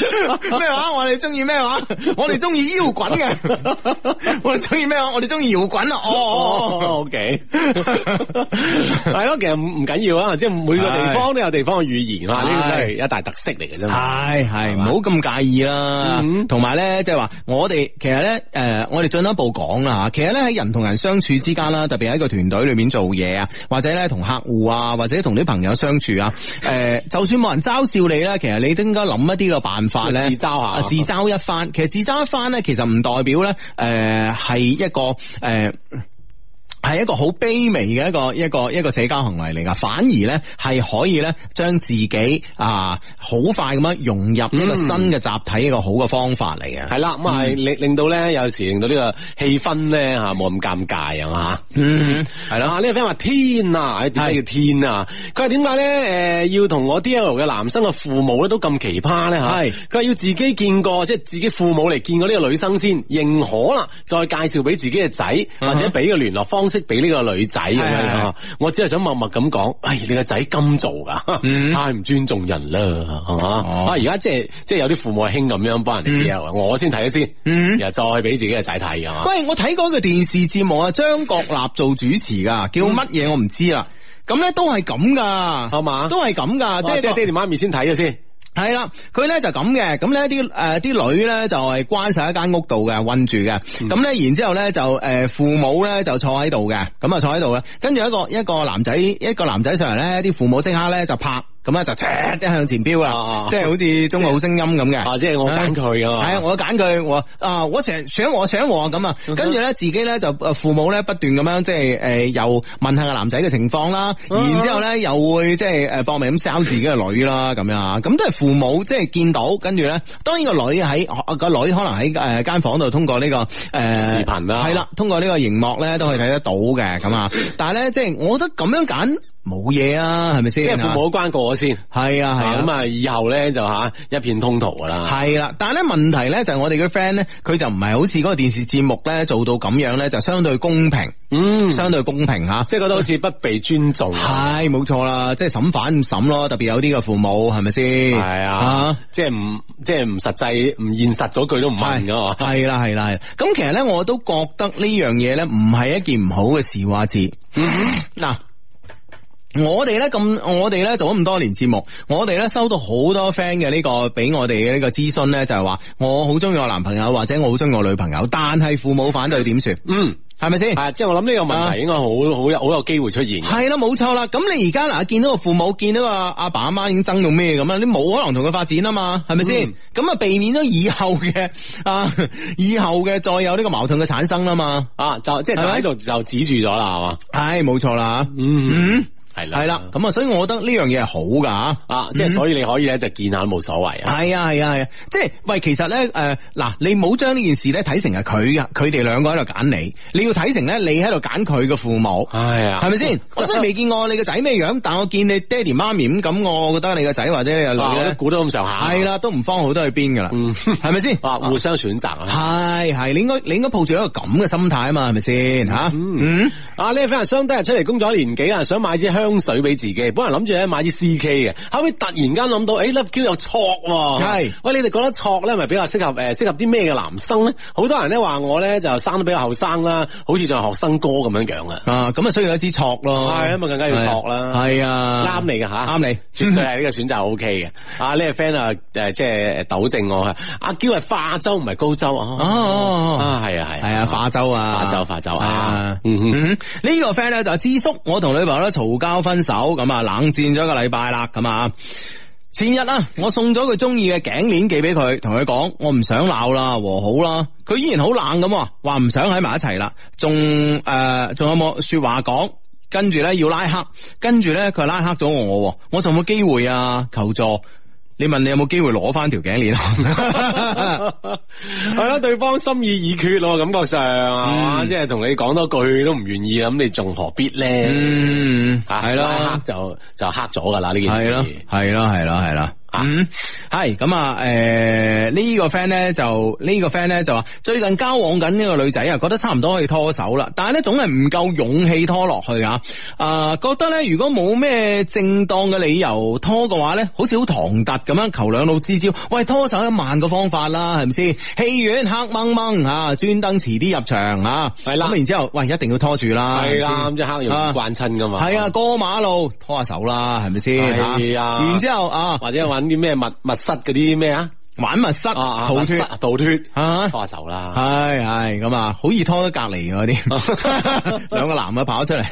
S3: 咩话？我哋中意咩话？我哋中意腰滾 嘅。我哋中意咩話？我哋中意搖滾啊！哦，
S4: 哦，OK，係咯，其實唔唔緊要啊，即係每個地方都有地方嘅語言啊，呢個都係一大特色嚟嘅啫嘛。
S3: 系系，唔好咁介意啦
S4: 嗯。
S3: 同埋咧，即系话我哋其实咧，诶、我哋進一步講啦吓。其實咧喺人同人相處之間啦，特別喺一個團隊裏面做嘢啊，或者咧同客戶啊，或者同啲朋友相處啊，诶、就算冇人嘲笑你啦，其實你都應該諗一啲嘅辦法咧，
S4: 自嘲下
S3: 啊自嘲一番。其實自嘲一番咧，其實唔代表咧，诶、係一個诶。誒系一個好卑微嘅一個一個一個社交行為嚟噶，反而咧係可以咧將自己啊好快咁樣融入一
S4: 嗯
S3: 個新嘅集體，一個好嘅方法嚟嘅。
S4: 係啦，
S3: 嗯
S4: 咁啊令令到咧，有時令到呢個氣氛咧吓冇咁尷尬啊嘛。
S3: 嗯，系
S4: 系啦，
S3: 啦，
S4: 呢個 friend 話天啊，唉點解叫天啊？佢話點解咧？诶、要同我 D L 嘅男生嘅父母咧都咁奇葩咧吓？
S3: 係
S4: 佢話要自己見過，即係自己父母嚟見過呢個女生先認可啦，再介紹俾自己嘅仔，
S1: 嗯
S4: 或者俾個聯絡方式俾呢個女仔咁
S3: 係
S4: 樣
S3: 係係
S4: 啊。我只係想默默咁講，唉，你個仔咁做
S3: 嗯
S4: 㗎， 太唔尊重人啦，係嘛？
S3: 哦
S4: 啊，而家即係即係有啲父母係興咁樣幫人
S1: 嗯
S4: 哋 D L，我啊先睇咗先，
S3: 嗯
S4: 然後再俾自己嘅仔睇，啊係嘛？
S3: 喂，我睇過一個電視節目啊，張國立做主持噶，叫
S4: 嗯
S3: 乜嘢我唔知啦。咁咧都係咁噶，
S4: 係嘛
S3: 都係咁噶，
S4: 啊
S3: 即
S4: 即
S3: 係
S4: 係即啊係
S3: 個
S4: 爹哋媽咪先睇咗先。
S3: 系啦，佢咧就咁嘅，咁咧啲诶啲女咧就係關晒一間屋度嘅，困住嘅，
S4: 嗯
S3: 咁咧然之后咧就诶父母咧就坐喺度嘅，咁啊坐喺度嘅，跟住一個一個男仔一個男仔上嚟咧，啲父母即刻咧就拍
S1: 咁咧就赤一向前飆
S4: 啊
S1: 啊，即係好似中國好聲音咁嘅。
S4: 啊，即係我揀佢㗎嘛
S1: 係啊，我揀佢，我啊，我成想我想我咁啊，
S4: 嗯
S1: 跟住咧自己咧就呃父母咧不斷咁樣即係誒又問下個男仔嘅情況啦，
S4: 嗯
S1: 然之後咧又會即係誒搏命咁 sell 自己嘅女啦咁樣啊，咁都係父母即係見到，跟住咧當然個女喺哦個女可能喺誒間房度通過呢個誒
S4: 視頻啦
S1: 係啦，通過呢個熒幕咧都可以睇得到嘅咁啊，但係咧即係我覺得咁樣揀冇嘢啊，係咪先？
S4: 即係父母關過我先，
S1: 係啊係啊
S4: 咁啊，以後咧就吓一片通途㗎啦。
S1: 系啦，但系咧問題咧就係我哋嘅 friend 咧，佢就唔係好似嗰個電視節目咧做到咁樣咧，就相對公平，
S4: 嗯，
S1: 相對公平吓。
S4: 即係覺得好似不被尊重。啊
S1: 係冇錯啦，即係審犯唔審咯，特別有啲嘅父母係咪先？
S4: 係啊，即係唔即係唔實際、唔現實嗰句都唔問㗎哦 嘛。
S1: 系啦系啦系，咁其實咧我都覺得呢樣嘢咧唔係一件唔好嘅事話字。
S4: 嗯
S1: 嗱。我哋咧咁，我哋咧做咗咁多年節目，我哋咧收到好多 friend 嘅呢個俾我哋嘅呢個諮詢咧，就係話我好中意我男朋友或者我好中意我女朋友，但係父母反對點算？
S4: 嗯，
S1: 係咪先？
S4: 係啊，即係我諗呢個問題應該
S1: 啊
S4: 好好有好有機會出現嘅。
S1: 係啦，冇錯啦。咁你而家嗱，見到個父母，見到個阿爸阿媽已經爭到咩咁啊？你冇可能同佢發展啊嘛，係咪先
S4: 嗯？
S1: 咁啊，避免咗以後嘅啊，以後嘅再有呢個矛盾嘅產生啦嘛。
S4: 啊，就即係就
S1: 係咪
S4: 喺度就指住咗啦，係嘛？
S1: 係，冇錯啦。
S4: 嗯，
S1: 嗯，
S4: 係啦，
S1: 係啦。咁啊，所以我覺得呢樣嘢係好噶。
S4: 啊，即係所以你可以咧就見下都冇所謂啊。
S1: 係啊係啊係啊，即係喂，其實咧誒嗱，你唔好將呢件事咧睇成係佢噶，佢哋兩個喺度揀你，你要睇成咧你喺度揀佢嘅父母。
S4: 係啊，
S1: 嗯係咪先？我雖然未見過你個仔咩樣，但我見你爹哋媽咪咁，咁我覺得你個仔或者你個
S4: 啊
S1: 女
S4: 我
S1: 咧
S4: 都，估到咁上下。
S1: 係，啦，都唔方好都去邊噶啦，
S4: 嗯
S1: 係咪先？
S4: 啊，互相選擇啊。
S1: 係係，你應該你應該抱住一個咁嘅心態啊嘛，係咪先吓？
S4: 嗯
S1: 嗯，
S4: 啊！呢位 friend 相低日出嚟工作一年幾啦，想買支香水俾自己，本來諗住咧買支 C K 嘅，後尾突然間諗到，誒 Love Q 有錯喎，
S1: 係
S4: 喂，你哋覺得錯咧，咪比較適合誒適合啲咩嘅男生咧？好多人咧話我咧就生得比較後生啦，好似仲係學生哥咁樣樣啊，
S1: 啊咁啊需要一支戳咯，
S4: 係啊嘛，更加要錯啦。
S1: 係啊，
S4: 啱你嘅吓，
S1: 啱你
S4: 絕對係呢個選擇 O K 嘅。啊，呢個 friend 啊，誒，即係糾正我啊，阿嬌係化州唔係高州哦
S1: 哦哦哦
S4: 啊，係啊係
S1: 係啊，化州啊，
S4: 化州化州
S1: 係
S4: 啊
S1: 啊，
S4: 嗯哼
S1: 嗯哼，呢個 friend 咧就係知叔，我同女朋友咧嘈交分手，咁啊冷戰咗一個禮拜啦，咁啊。前日啊，我送咗佢中意嘅頸鏈寄俾佢，同佢講我唔想鬧啦，和好啦。佢依然好冷咁話，話唔想喺埋一齊啦，仲
S4: 嗯
S1: 誒仲有冇說話講？跟住咧要拉黑，跟住咧佢拉黑咗我喎，我仲有冇機會啊？求助！你問你有冇機會攞翻條頸鏈啊？
S4: 係啦，對方心意已決咯，感覺上係
S1: 嗯
S4: 嘛，即係同你講多句都唔願意，咁你仲何必咧？
S1: 嗯，
S4: 啊
S1: 係咯。
S4: 拉黑就就黑咗噶啦呢件
S1: 系
S4: 事。
S1: 咯，系咯，系咯，系啦。嗯，系咁啊，诶、呢、個个 friend 咧就呢、個个 friend 咧就話最近交往緊呢個女仔啊，覺得差唔多可以拖手啦，但係咧總係唔夠勇氣拖落去啊，啊、覺得咧如果冇咩正當嘅理由拖嘅話咧，好似好唐突咁樣求兩老支招，喂拖手有萬個方法啦，係咪先？戲院黑掹掹啊，專登遲啲入場啊，
S4: 係啦
S1: 咁然之後喂一定要拖住啦，
S4: 係
S1: 係咪
S4: 啦，
S1: 先
S4: 咁即係黑容易慣親噶嘛。
S1: 系啊，，過馬路拖下手啦，係咪先？
S4: 係啊
S1: 然之后啊，
S4: 或者揾啲咩密密室嗰啲咩啊，
S1: 玩密室、
S4: 啊啊
S1: 逃
S4: 密室
S1: 脱
S4: 逃脱，
S1: 啊
S4: 拖手啦。
S1: 係係咁啊，好易拖得隔離嗰 啲，兩個男嘅跑出嚟，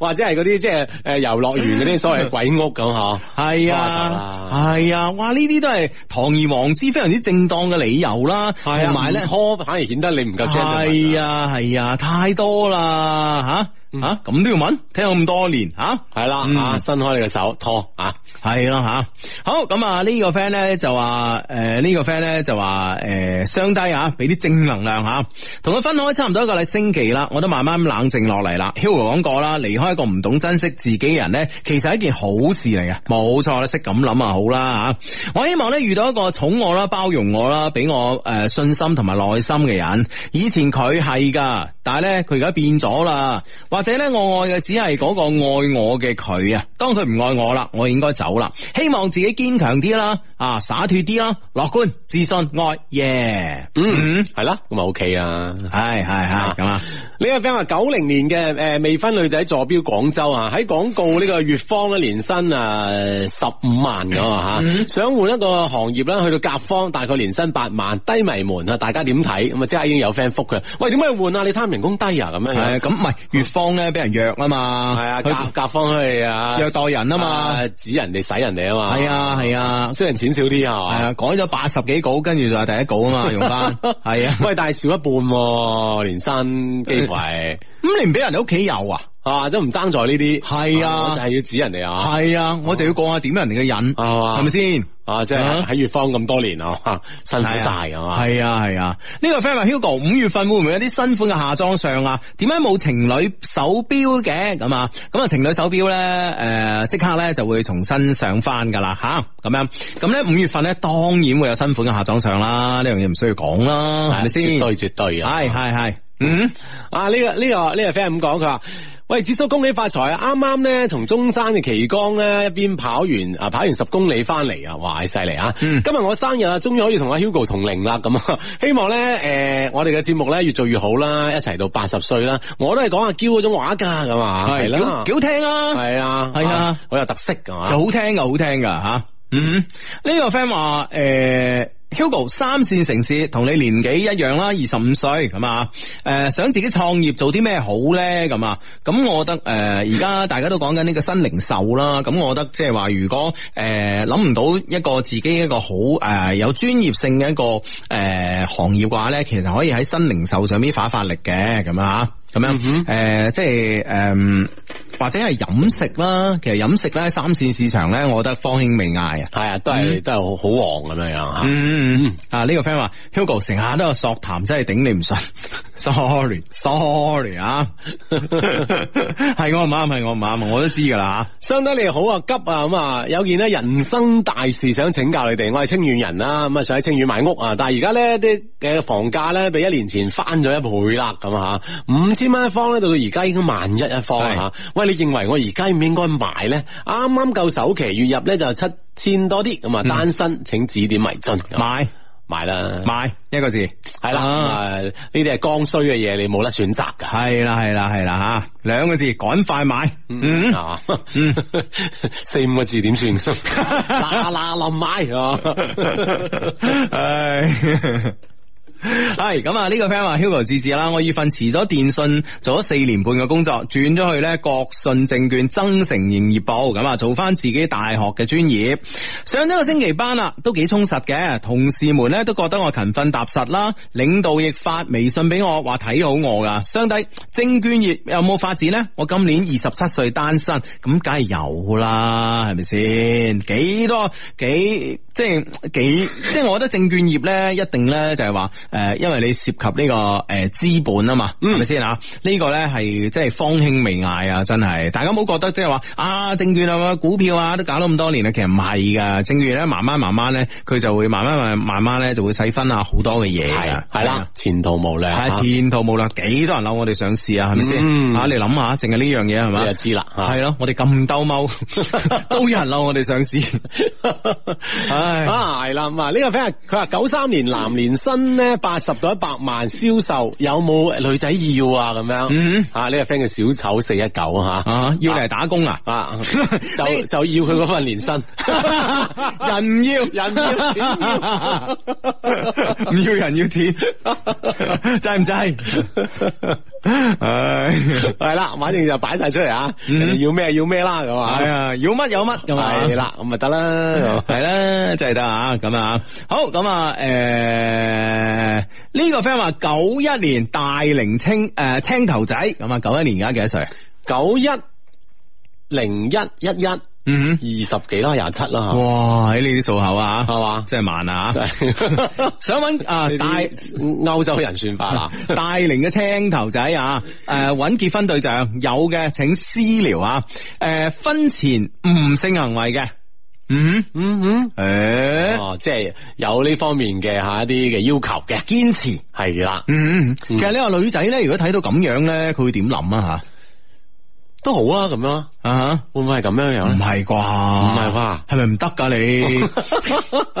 S4: 或者係嗰啲即係誒遊樂園嗰啲所謂鬼屋咁嗬，
S1: 係
S4: 拖下手啦
S1: 啊，係啊，哇！呢啲都係堂而皇之非常之正當嘅理由啦，同
S4: 同埋
S1: 埋
S4: 咧
S1: 咧。
S4: 拖反而顯得你唔夠 gentleman
S1: 係啊係啊，太多啦吓
S4: 嗯
S1: 吓，咁、都要問？聽咗咁多年吓。
S4: 係啦，
S1: 嗯
S4: 啊伸開你個手拖啊，
S1: 系啦吓，好咁啊呢個 friend 咧就話诶呢個 friend 咧就話诶相低啊，俾啲正能量吓，同佢分開差唔多一個星期啦，我都慢慢咁冷靜落嚟啦。Hugo 講過啦，離開一個唔懂珍惜自己嘅人咧，其實係一件好事嚟嘅，冇錯啦，識咁諗啊好啦吓。我希望咧遇到一個寵我啦、包容我啦、俾我诶信心同埋耐心嘅人。以前佢係噶，但係咧佢而家變咗啦，或者咧我愛嘅只係嗰個愛我嘅佢啊。當佢唔愛我啦，我應該走啦。希望自己堅強啲啦，啊灑脱啲啦，樂觀、自信、愛，耶、
S4: 嗯，係啦，咁咪 OK 啊啦。
S1: 係係係咁啊，
S4: 呢個 friend 話九零年嘅诶未婚女仔坐標廣州啊，喺廣告呢個月方咧年薪啊十五萬咁啊
S1: 嗯
S4: 吓，想換一個行業啦，去到甲方大概年薪八萬，低迷門啊，大家點睇？咁啊，即係已經有 friend 覆佢，喂，點解要換啊？你貪人工低啊？咁樣
S1: 係
S4: 樣。
S1: 咁唔係粵方方咧俾人虐啊嘛，
S4: 系啊，
S1: 佢
S4: 甲甲方去啊，
S1: 虐待人啊嘛，
S4: 啊指人哋使人哋啊嘛，
S1: 係啊係啊。
S4: 虽然钱少啲啊，
S1: 系啊，改咗八十幾稿，跟住就係第一稿 啊嘛，用翻係啊。
S4: 喂，但系少一半喎，年薪幾 乎係
S1: 咁你唔俾人哋屋企有啊？
S4: 啊，都唔爭在呢啲。
S1: 係啊
S4: 我就係要指人哋啊，
S1: 係啊，我就要過下點人哋嘅癮，
S4: 係嘛
S1: 係咪先？
S4: 啊，即係喺粵方咁多年啊，辛苦晒啊嘛。
S1: 系啊系啊，呢、個个 friend 話 Hugo 五月份會唔會有啲新款嘅夏裝上啊？點解冇情侶手錶嘅咁啊？咁啊情侶手錶咧，诶、即刻咧就會重新上翻噶啦吓，咁、樣。咁咧五月份咧當然會有新款嘅夏裝上啦，呢樣嘢唔需要講啦，係咪先？
S4: 絕
S1: 係
S4: 對絕對啊！
S1: 係係，嗯，
S4: 啊！呢、個呢、個呢、個 friend 咁講，佢話：喂，子叔恭喜發財啊！啱啱咧同中山嘅旗杆咧一邊跑完啊，跑完十公里翻嚟啊，哇！犀利啊！
S1: 嗯
S4: 今日我生日啊，終於可以同阿 Hugo 同齡啦，咁啊， 希望咧诶、呃我哋嘅節目咧越做越好啦，一齊到八十歲啦，我都係講阿嬌嗰種話㗎，咁啊，係
S1: 係
S4: 啦
S1: 幾，幾好聽啊，
S4: 係啊，
S1: 係啊
S4: 好有特色啊㗎嘛。
S1: 好聽噶，好聽噶吓。嗯，呢、個 friend 話诶。Hugo 三線城市同你年紀一樣啦，二十五歲咁啊，诶、想自己創業做啲咩好咧咁啊，咁我覺得诶而家大家都講緊呢個新零售啦，咁我覺得即係話如果诶諗唔到一個自己一個好诶、呃有專業性嘅一個诶、呃行業嘅話咧，其實可以喺新零售上邊發一發力嘅咁啊。咁樣誒、呃即係誒、嗯或者係飲食啦。其實飲食咧，三線市場咧，我覺得方興未艾啊。
S4: 係啊，都係、
S1: 嗯
S4: 都係好好旺咁樣樣啊
S1: 嗯嗯嗯，啊呢、個 friend 話 Hugo 成下都有索談，真係頂你唔順。Sorry Sorry 啊， 係我唔啱，係我唔啱，啊我都知㗎啦
S4: 相得你好啊，急啊咁啊，有件咧人生大事想請教你哋，我係清遠人啦，咁啊想喺清遠買屋啊，但係而家咧啲嘅房價咧比一年前翻咗一倍啦，咁啊五千蚊一方咧到到而家已經萬一一方啦喂，你認為我而家應唔應該買咧？啱啱夠首期，月入咧就七千多啲，
S1: 嗯
S4: 咁啊單身請指點迷津，
S1: 嚇，買
S4: 買啦，
S1: 買一個字。
S4: 係啦，咁
S1: 啊
S4: 啊呢啲係剛需嘅嘢，你冇得選擇㗎。
S1: 係啦係啦係啦吓，兩個字，趕快買。嗯。
S4: 啊， 四五個字 點算？嗱嗱臨買啊！
S1: 唉。系咁啊！呢個 friend 話 Hugo 自治啦，我以份辭咗電信做咗四年半嘅工作，轉咗去咧國啊信證券增城營業部咁啊，做翻自己大學嘅專業。上咗個星期班啦，都幾充實嘅，同事們咧都覺得我勤奮踏實啦。領導亦發微信俾我，話睇好我噶。相弟，證券業有冇發展呢？我今年二十七歲單身，咁梗係有啦，啊係咪先？幾多幾即係幾即係我覺得證券業咧，一定咧就係話诶，呃因為你涉及呢、個诶資本啊嘛，
S4: 嗯
S1: 係咪先啊？呢、個咧係即係方興未艾啊，真係大家冇覺得即係話啊，證券啊、股票啊都搞咗咁多年啦，其實唔係噶，證券咧慢慢慢慢咧，佢就會慢慢慢慢慢咧就會細分啊好多嘅嘢㗎
S4: 系啦，，前途無量，啊
S1: 系啊前途無量，幾多人扭我哋上市啊？係咪先？
S4: 嗯
S1: 啊，你諗下，淨係呢樣嘢係
S4: 你
S1: 嘛
S4: 就？知啦，啊嚇
S1: 係咯，我哋咁兜 踎，都有人扭我哋上 市。唉，
S4: 啊，系啦，咁啊，呢個 friend 佢話九三年男年薪咧八十到一百萬銷售，有冇女仔要啊？咁樣
S1: 嗯
S4: 啊，呢個 friend 叫小丑四一九吓，
S1: 啊，要嚟打工啊？
S4: 啊，就就要佢嗰份年薪，
S1: 人唔要，
S4: 人要錢要
S1: 唔要人要錢， 制唔制？ 唉，
S4: 係啦，反正就擺晒出嚟啊，
S1: 嗯
S4: 人哋要咩要咩啦，咁啊
S1: 係。啊，要乜有乜咁啊
S4: 系。啦，咁咪得
S3: 嗯
S4: 啦。
S1: 系啦，真系得啊，咁啊，好咁啊，诶、呢、個个 friend 話九一年大齡青诶、呃青頭仔，咁啊九一年而家幾多歲？
S4: 九一零一一一
S1: 嗯
S4: 二十幾啦，廿七啦
S1: 哼，哇，喺呢啲數口啊，
S4: 係嘛
S1: 真係慢啊，想揾啊
S4: 嚇。大
S1: 大
S4: 嗯歐洲人算 法啦，
S1: 大齡嘅青頭仔 啊，诶、揾結婚對象有嘅請私聊啊，诶、婚前唔性行為嘅，嗯哼，
S4: 嗯
S1: 诶、
S4: 哦，即係有呢方面嘅吓一啲嘅要求嘅，
S1: 堅持。
S4: 係啦，
S1: 嗯，其實呢個女仔咧，如果睇到咁樣咧，佢會點諗啊
S4: 都好啊，咁樣
S1: 吓？啊
S4: 會唔會係咁樣
S1: 哈，
S4: 樣
S1: 唔
S4: 咧？
S1: 係啩？
S4: 唔
S1: 唔
S4: 係啩？
S1: 係咪唔得噶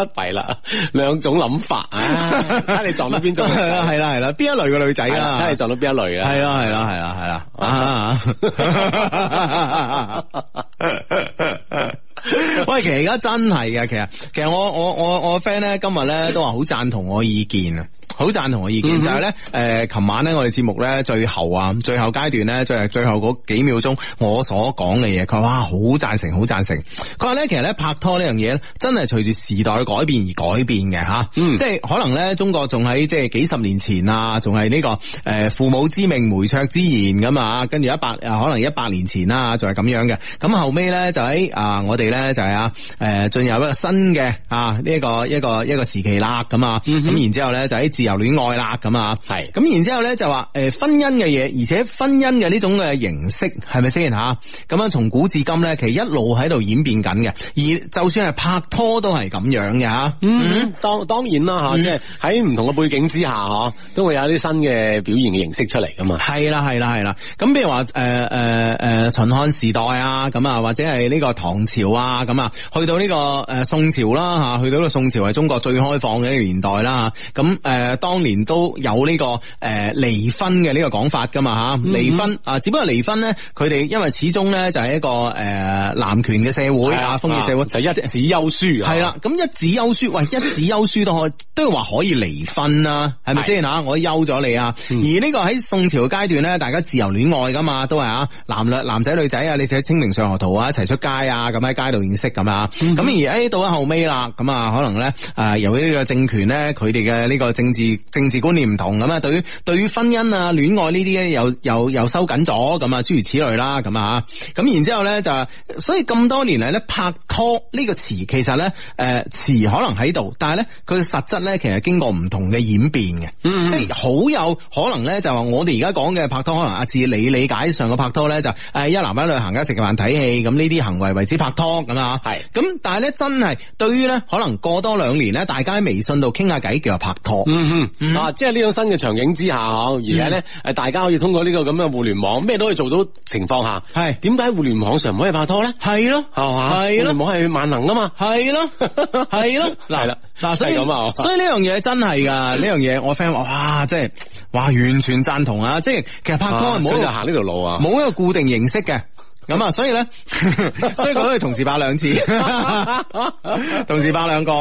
S1: 你？
S4: 弊啦，兩種諗法啊，睇你撞到邊 種女
S1: 係
S4: 仔
S1: 啦係啦係啦，邊一類嘅女仔
S4: 係
S1: 啦
S4: 啦？睇你撞到邊一類啊？
S1: 係啦係啦係啦係啦啊！ 喂，其實而家真係嘅，其實其實我我我我 friend 咧今日咧都話好贊同我意見啊，好赞同嘅
S4: 嗯
S1: 意見，就係咧，诶，琴晚咧我哋節目咧最後啊，最後階段咧，最最後嗰幾秒鐘我所講嘅嘢，佢話哇好贊成，好贊成。佢話咧，其實咧拍拖呢樣嘢咧，真係隨住時代嘅改變而改變嘅吓，
S4: 嗯
S1: 即係可能咧中國仲喺即係幾十年前啊，仲係呢個诶父母之命媒妁之言咁啊，跟住一百啊可能一百年前啦，仲係咁樣嘅。咁後尾咧就喺啊我哋咧就係啊诶進入一個新嘅啊呢一個一個一個時期啦咁啊，咁、然之後咧就喺自由戀愛啦咁啊，
S4: 係
S1: 咁然之後咧就話誒、婚姻嘅嘢，而且婚姻嘅呢種嘅形式係咪先吓？咁樣從古至今咧，其實一路喺度演變緊嘅，而就算係拍拖都係咁樣嘅吓。
S4: 嗯，當當然啦吓，
S1: 嗯
S4: 即係喺唔同嘅背景之下嗬，都會有啲新嘅表現嘅形式出嚟噶嘛。
S1: 系啦，系啦，系啦。咁譬如話诶诶诶秦漢時代啊，咁啊或者係呢個唐朝啊，咁啊去到呢、個个呃宋朝啦吓，嚇去到呢個宋朝係中國最開放嘅一個年代啦。嚇咁诶、呃、当年都有呢、個个诶离、婚嘅呢個講法噶嘛吓，離婚啊，只不過離婚咧，佢哋因為始終咧就係一個诶、呃男權嘅社會啊，封建社會
S4: 就一紙休書啊
S1: 系啦，咁一紙休書，喂，一紙休書都可以都話可以離婚啦，係咪先吓？我休咗你啊！而呢個喺宋朝階段咧，大家自由戀愛噶嘛，都係啊，男女男仔女仔啊，你睇《清明上河圖》啊，一齊出街啊，咁喺街度認識咁啊。咁、而诶到咗後尾啦，咁啊可能咧啊由於呢個政權咧，佢哋嘅呢個政治政治觀念唔同咁啊，對於對於婚姻啊、戀愛呢啲咧又又又收緊咗咁啊，諸如此類啦，咁啊，咁然之後咧就所以咁多年嚟咧拍拖呢個詞其實咧誒、呃、詞可能喺度，但係咧佢嘅實質咧其實經過唔同嘅演變嘅，即係好有可能咧就話我哋而家講嘅拍拖，可能阿志你理解上嘅拍拖咧就誒、呃一男一女行街食飯睇戲咁呢啲行為為之拍拖咁啊，
S4: 係
S1: 咁但係咧真係對於咧可能過多兩年咧，大家喺微信度傾下偈叫做拍拖。
S4: 嗯
S1: 嗯
S4: 哼，啊，即係呢種新嘅場景之下，嗬，而家咧，誒，大家可以通過呢個咁嘅互聯網，咩都可以做到情況下，
S1: 係
S4: 點解互聯網上唔可以拍拖咧？
S1: 係咯，
S4: 係嘛，
S1: 係咯
S4: 互聯網係萬能噶嘛，
S1: 系咯，系咯，嗱
S4: 係啦
S1: 嗱，所以
S4: 係咁啊
S1: 所以呢樣嘢真係噶，呢樣嘢我 friend 話哇，即係哇，完全贊同啊！即係其實拍拖係
S4: 啊
S1: 冇
S4: 佢
S1: 一
S4: 就
S1: 個
S4: 行呢條路啊，
S1: 冇一個固定形式嘅。咁啊，所以咧， 所以佢都係同時拍兩次，哦 同時拍兩個，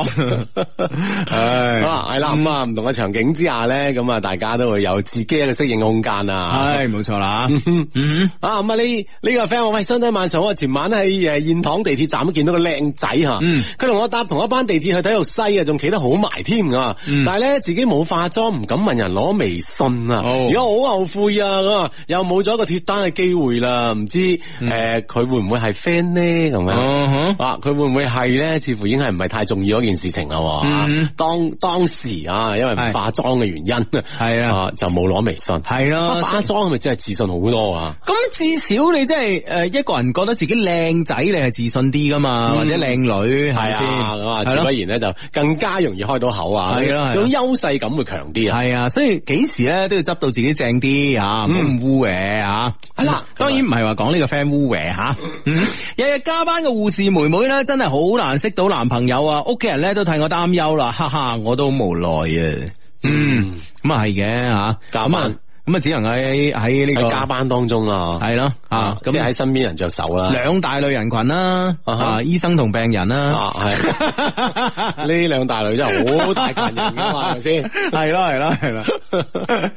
S1: 唉
S4: 啊，係啦，咁啊，唔同嘅場景之下咧，咁啊，大家都會有自己一個適應空間啊。
S1: 唉，冇錯啦，嗯，
S4: 啊咁啊呢呢個 friend 話喂，相低晚上好啊，前晚喺诶燕塘地鐵站都見到個靚仔吓，
S1: 嗯
S4: 佢同我搭同一班地鐵去體育西啊，仲企得好埋添啊，
S1: 嗯
S4: 但係咧自己冇化妝，唔敢問人攞微信啊，
S1: 哦
S4: 而家好後悔啊，咁啊又冇咗一個脱單嘅機會啦，唔知诶佢、會唔會係 friend 咧咁樣？
S1: 嗯哼
S4: 啊！佢會唔會係咧？似乎已經係唔係太重要嗰件事情啦喎。
S1: 嗯
S4: 當當時啊，因為唔
S1: 係
S4: 化妝嘅原因，
S1: 係啊
S4: 就冇攞微信。
S1: 係咯，
S4: 化妝咪真係自信好多啊！
S1: 咁至少你即係诶一個人覺得自己靚仔，你係自信啲噶嘛，
S4: 嗯
S1: 或者靚女係
S4: 系
S1: 咪先？
S4: 啊，咁啊，
S1: 係
S4: 自
S1: 咯
S4: 不然咧就更加容易開到口啊，
S1: 係啦係啦
S4: 有優勢感會強啲啊。
S1: 系啊，所以幾時咧都要執到自己正啲啊，唔好咁污嘅啊。
S4: 係啦
S1: 當然唔係話講呢個 friend 污嘅吓。嗯日日加班嘅護士妹妹咧，真係好難識到男朋友啊！屋企人咧都替我擔憂啦，哈哈，我都好無奈啊。嗯，咁啊係嘅吓，
S4: 加
S1: 咁
S4: 班
S1: 啊咁啊，只能喺喺呢個
S4: 喺加班當中啦，
S1: 係咯啊，
S4: 即係
S1: 咁
S4: 喺身邊人着手啦。
S1: 兩大類人群啦，
S4: 啊哈
S1: 啊醫生同病人啦。
S4: 啊， 係呢兩大類真係好大群人 噶嘛，係咪先？
S1: 系咯系咯系咯，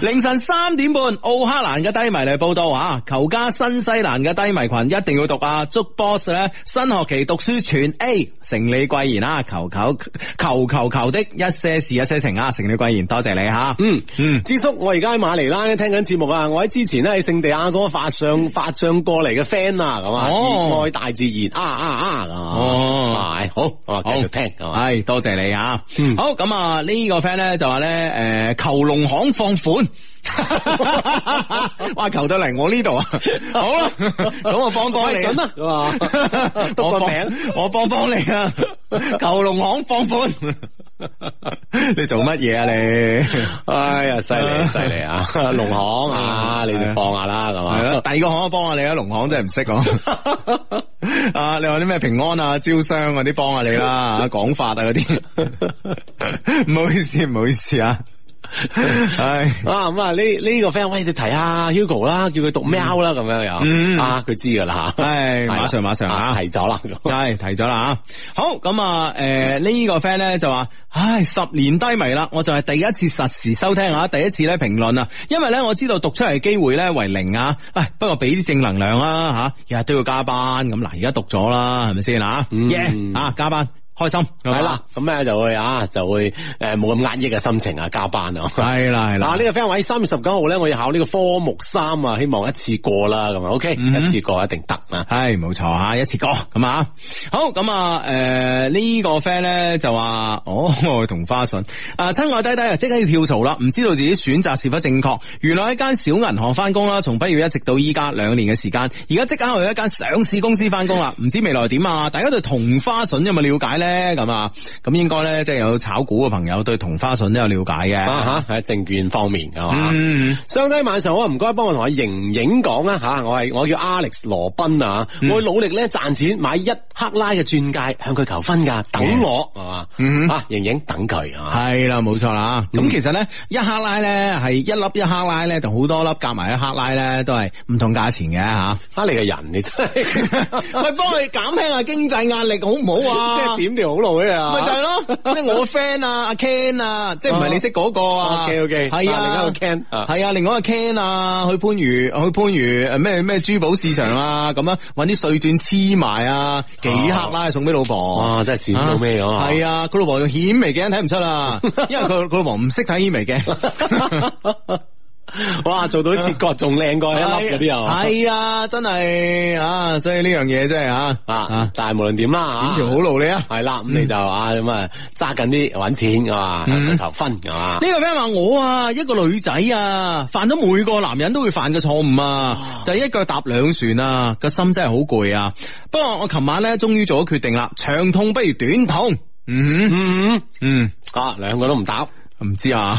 S1: 凌晨三点半，奧克蘭嘅低迷嚟報道啊！求家新西蘭嘅低迷群一定要讀啊！祝 boss 咧新學期讀書全 A，成李貴言啊！求求求求求的一些事一些情啊！成李貴言，多謝你吓，
S4: 嗯
S1: 嗯
S4: 智叔，我而家喺馬尼拉咧聽緊節目啊！我喺之前咧喺聖地亞哥發上發上過嚟嘅 friend 啊，咁啊，
S1: 哦
S4: 熱愛大自然啊啊啊咁啊！
S1: 哦
S4: 係好，啊，繼續聽咁啊！
S1: 系多謝你啊！
S4: 嗯
S1: 好咁啊，呢個 friend 咧就話咧，诶，求農行放 款。哇！求到嚟我呢 度啊，好啦，咁我幫幫你，，
S4: 準啊咁 啊篤
S1: 我
S4: 個
S1: 幫
S4: 名。
S1: 我幫幫你啊，求農行放 款。你做乜嘢啊你？
S4: 哎呀，犀 利犀利啊！農行啊，你哋放下啦，咁
S1: 系
S4: 啊
S1: 咯，。第二個行我幫下你啊，農行真係唔識講。啊，你話啲咩平安啊、招商嗰啲幫下你啦，講法啊嗰啲。唔好意思，唔好意思啊。
S3: 唉。
S4: 啊咁啊呢呢個 friend 喂你提下 Hugo 啦，叫佢讀喵啦咁樣樣，
S3: 嗯
S4: 啊佢知噶啦吓，
S3: 唉，
S4: 係啦
S3: 馬上馬上啊！
S4: 提咗啦，
S3: 系提咗啦吓，好咁啊，诶、呢、個 friend 咧就話，唉十年低迷啦，我就係第一次實時收聽啊，第一次咧評論啊，因為咧我知道讀出嚟嘅機會咧為零啊，唉不過俾啲正能量啦吓，日、日都要加班咁嗱，而家讀咗啦，係咪先啊？
S4: 嗯
S3: yeah，啊加班開心
S4: 系
S3: 係嘛
S4: 啦，咁咧就會啊就會诶冇咁壓抑嘅心情啊，加班啊。
S3: 係啦係啦
S4: 嗱，呢，個 friend 話喺三月十九號咧，我要考呢個科目三啊，希望一次過啦，咁啊，OK，
S3: 嗯
S4: 一次過一定得啊。
S3: 系冇錯啊，一次過咁啊，好咁啊，诶、呢、個 friend 咧就話，哦 同花順啊，親愛低低啊，即刻要跳槽啦，唔知道自己選擇是否正確。原來喺間小銀行翻工啦，從畢業一直到依家兩年嘅時間，而家即刻去一間上市公司翻工啦，唔知未來點啊？大家對同花順有冇了解咧？咁啊，咁應該咧即係有炒股嘅朋友對同花順都有了解嘅，
S4: 啊吓，喺證券方面啊噶嘛。
S3: 嗯，
S4: 相低晚上好，唔該幫我同阿盈盈講啊吓，我係我叫 Alex 羅賓啊，
S3: 嗯
S4: 我會努力咧賺錢買一克拉嘅鑽戒向佢求婚噶，等我係嘛
S3: 嗯，
S4: 啊盈盈等佢啊，
S3: 系啦，冇錯啦。咁、
S4: 嗯
S3: 其實咧，一克拉咧係一粒一克拉咧，同好多粒夾埋一克拉咧，都係唔同價錢嘅 吓。
S4: 啊你嘅人你真 係，
S3: 喂，幫佢減輕下經濟壓力好唔好
S4: 即
S3: 啊？
S4: 係點條好路啊？
S3: 咪就係咯，即係我 friend 啊，阿 Ken 啊，即係唔係你識嗰個啊
S4: OK，OK，
S3: 係啊，
S4: 啊另一個 Ken，啊
S3: 係啊，另外一個 Ken 啊，去番禺，去番禺誒咩咩珠寶市場啊，咁啊，搵啲碎鑽黐埋啊，幾克拉送俾老婆，
S4: 哇真係閃到咩咁啊
S3: 係啊，佢老婆用顯微鏡睇唔出 啊，因為佢佢老婆唔識睇顯微鏡。啊
S4: 哇做到切割仲靚過一粒嗰啲啊，
S3: 系啊，真係啊，所以呢樣嘢真係啊
S4: 啊，但係無論點啦
S3: 點
S4: 啊
S3: 條好路你啊！
S4: 系啦，咁你就啊咁啊揸緊啲揾錢啊，向佢
S3: 嗯
S4: 求婚係嘛
S3: 呢。個 friend 話我啊，一個女仔啊，犯咗每個男人都會犯嘅錯誤啊，就係一腳踏兩船啊，個心真係好攰啊。不過我琴晚咧，終於做咗決定啦，長痛不如短痛。嗯
S4: 嗯，
S3: 嗯，
S4: 啊，兩個都唔答，
S3: 唔知啊，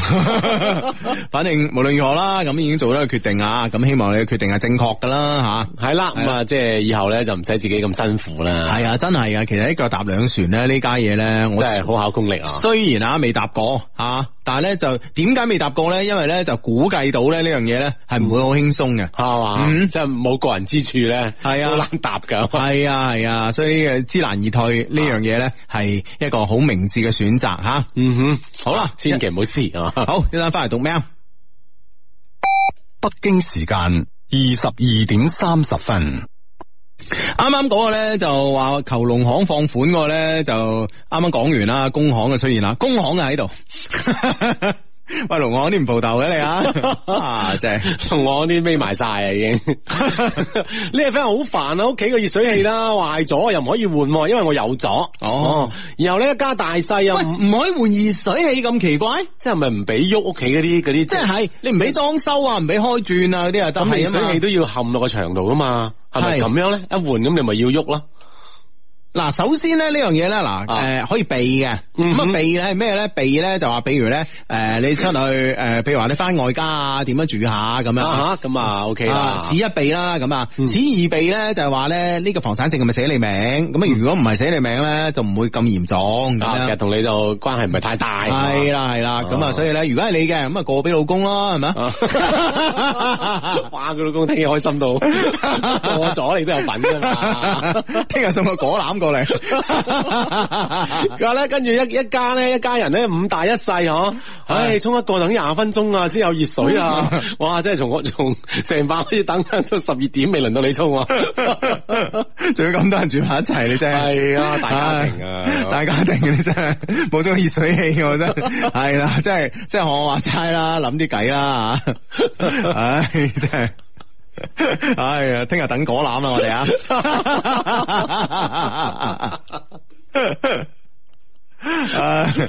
S3: 反正無論如何啦，咁已經做咗個決定啊，咁希望你嘅決定係正確噶啦吓。
S4: 係啦，咁啊，即係以後咧就唔使自己咁辛苦啦，
S3: 系啊，真係噶，其實一腳踏兩船咧，呢家嘢咧，我
S4: 真係好考功力啊！
S3: 雖然啊未搭過啊，但係咧就點解未搭過咧？因為咧就估計到咧呢樣嘢咧係唔會好輕鬆嘅。
S4: 係嘛，
S3: 嗯
S4: 即係冇個人之處咧，
S3: 係啊
S4: 好難 答噶。
S3: 係啊係啊，所以呢個知難而退呢樣嘢咧係一個好明智嘅選擇吓。
S4: 嗯哼，
S3: 好啦嗯
S4: 千祈唔好試啊！
S3: 好，一陣翻嚟讀咩啊？
S1: 北京時間二十二點三十分，
S3: 啱啱嗰個咧就話求農行放款嗰個咧就啱啱講完啦，工行嘅出現啦，工行嘅喺度。 喂，農行啲唔蒲頭嘅你 啊，啊真係。
S4: 同我啲眯埋晒 啊，已經呢個 friend 好煩啊！屋企個熱水器啦壞咗，又唔可以換喎，因為我有咗。
S3: 哦，
S4: 然後咧一家大細啊，
S3: 喂，
S4: 唔
S3: 唔可以換熱水器咁奇怪？
S4: 即係咪唔俾喐屋企嗰啲嗰啲，
S3: 即係你唔俾裝修啊，唔俾開轉啊嗰啲啊，得
S4: 咁熱
S3: 係
S4: 水器
S3: 啊
S4: 都要冚落個牆度噶嘛？係
S3: 係
S4: 咪咁樣咧？一換咁你咪要喐咯。
S3: 嘛。嗱，首先咧呢樣嘢咧，嗱，
S4: 啊
S3: 誒可以避嘅，
S4: 嗯
S3: 咁啊
S4: 哼
S3: 避咧係咩咧？避咧就話，譬如咧，誒你出去誒，譬如話你翻外家啊，點樣住下咁樣啊。
S4: 啊吓，咁啊 OK
S3: 啊
S4: 啦，，
S3: 此一避啦，咁啊，
S1: 嗯
S3: 此二避咧就係話咧呢個房產證係咪寫你名？
S1: 嗯
S3: 咁啊，如果唔係寫你名咧，就唔會咁嚴重咁
S4: 啊，其實
S3: 樣。
S4: 同你就關係唔係太大，
S3: 係啦係啦，咁啊，
S4: 啊
S3: 所以咧，如果係你嘅，咁啊過俾老公咯，係咪
S4: 啊。 哇！佢老公聽日開心到過咗，你都有份噶 嘛？
S3: 聽日送個果籃過嚟。
S4: 佢話咧，跟住一一家咧，一家人咧，五大一細嗬，唉，沖一個等廿分鐘啊，先有熱水 啊！哇，真係從我從成晚可以等等到十二點，未輪到你沖 啊！
S3: 仲要咁多人住埋一齊，你真係
S4: 係啊大家庭啊
S3: 唉 大家庭你真 係冇咗熱水器，我真係 係啦，真係真係我話齋啦，諗啲計啦吓，唉真係。哎呀，聽日等果籃啦，我哋啊！誒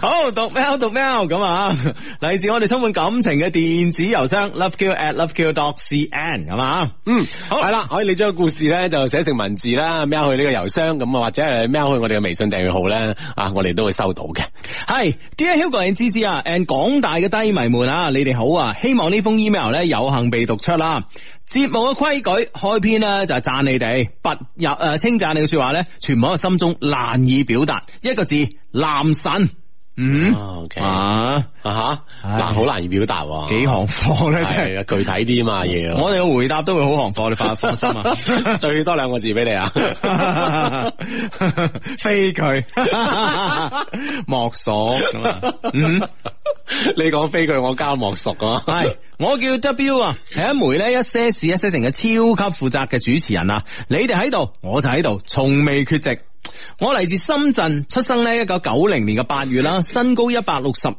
S3: 好讀 mail 讀 mail 咁啊，嚟自我哋充滿感情嘅電子郵箱 loveq at loveq dot cn 咁啊，
S4: 嗯，
S3: 好
S4: 系啦，可以你將個故事咧就寫成文字啦，喵去呢個郵箱咁啊，或者係喵去我哋嘅微信訂閱號咧，啊，我哋都會收到嘅。
S3: 係 Dear Hugo and 芝芝啊，and 廣大嘅低迷們啊，你哋好啊！希望呢封 email 咧有幸被讀出啦。節目嘅規矩開篇呢就係讚你哋，拔入呃誒稱讚你嘅説話咧，全部喺我心中難以表達，一個字濫神。嗯
S4: 啊，OK
S3: 啊，
S4: 啊吓，
S3: 唉
S4: 嗱，好難以表達喎，
S3: 幾行貨咧，真
S4: 係
S3: 係。
S4: 啊，具體啲嘛要，
S3: 我哋嘅回答都會好行貨，你放放心 啊。
S4: 最多兩個字俾你 啊，
S3: 飛 佢， 莫所咁啊。嗯，
S4: 你講飛佢，我交莫屬啊，
S3: 係，我叫 W 啊，係一枚咧一些事一些情嘅超級負責嘅主持人啊。你哋喺度，我就喺度，從未缺席。我嚟自深圳，出生呢一九九零年嘅八月啦，身高一百六十二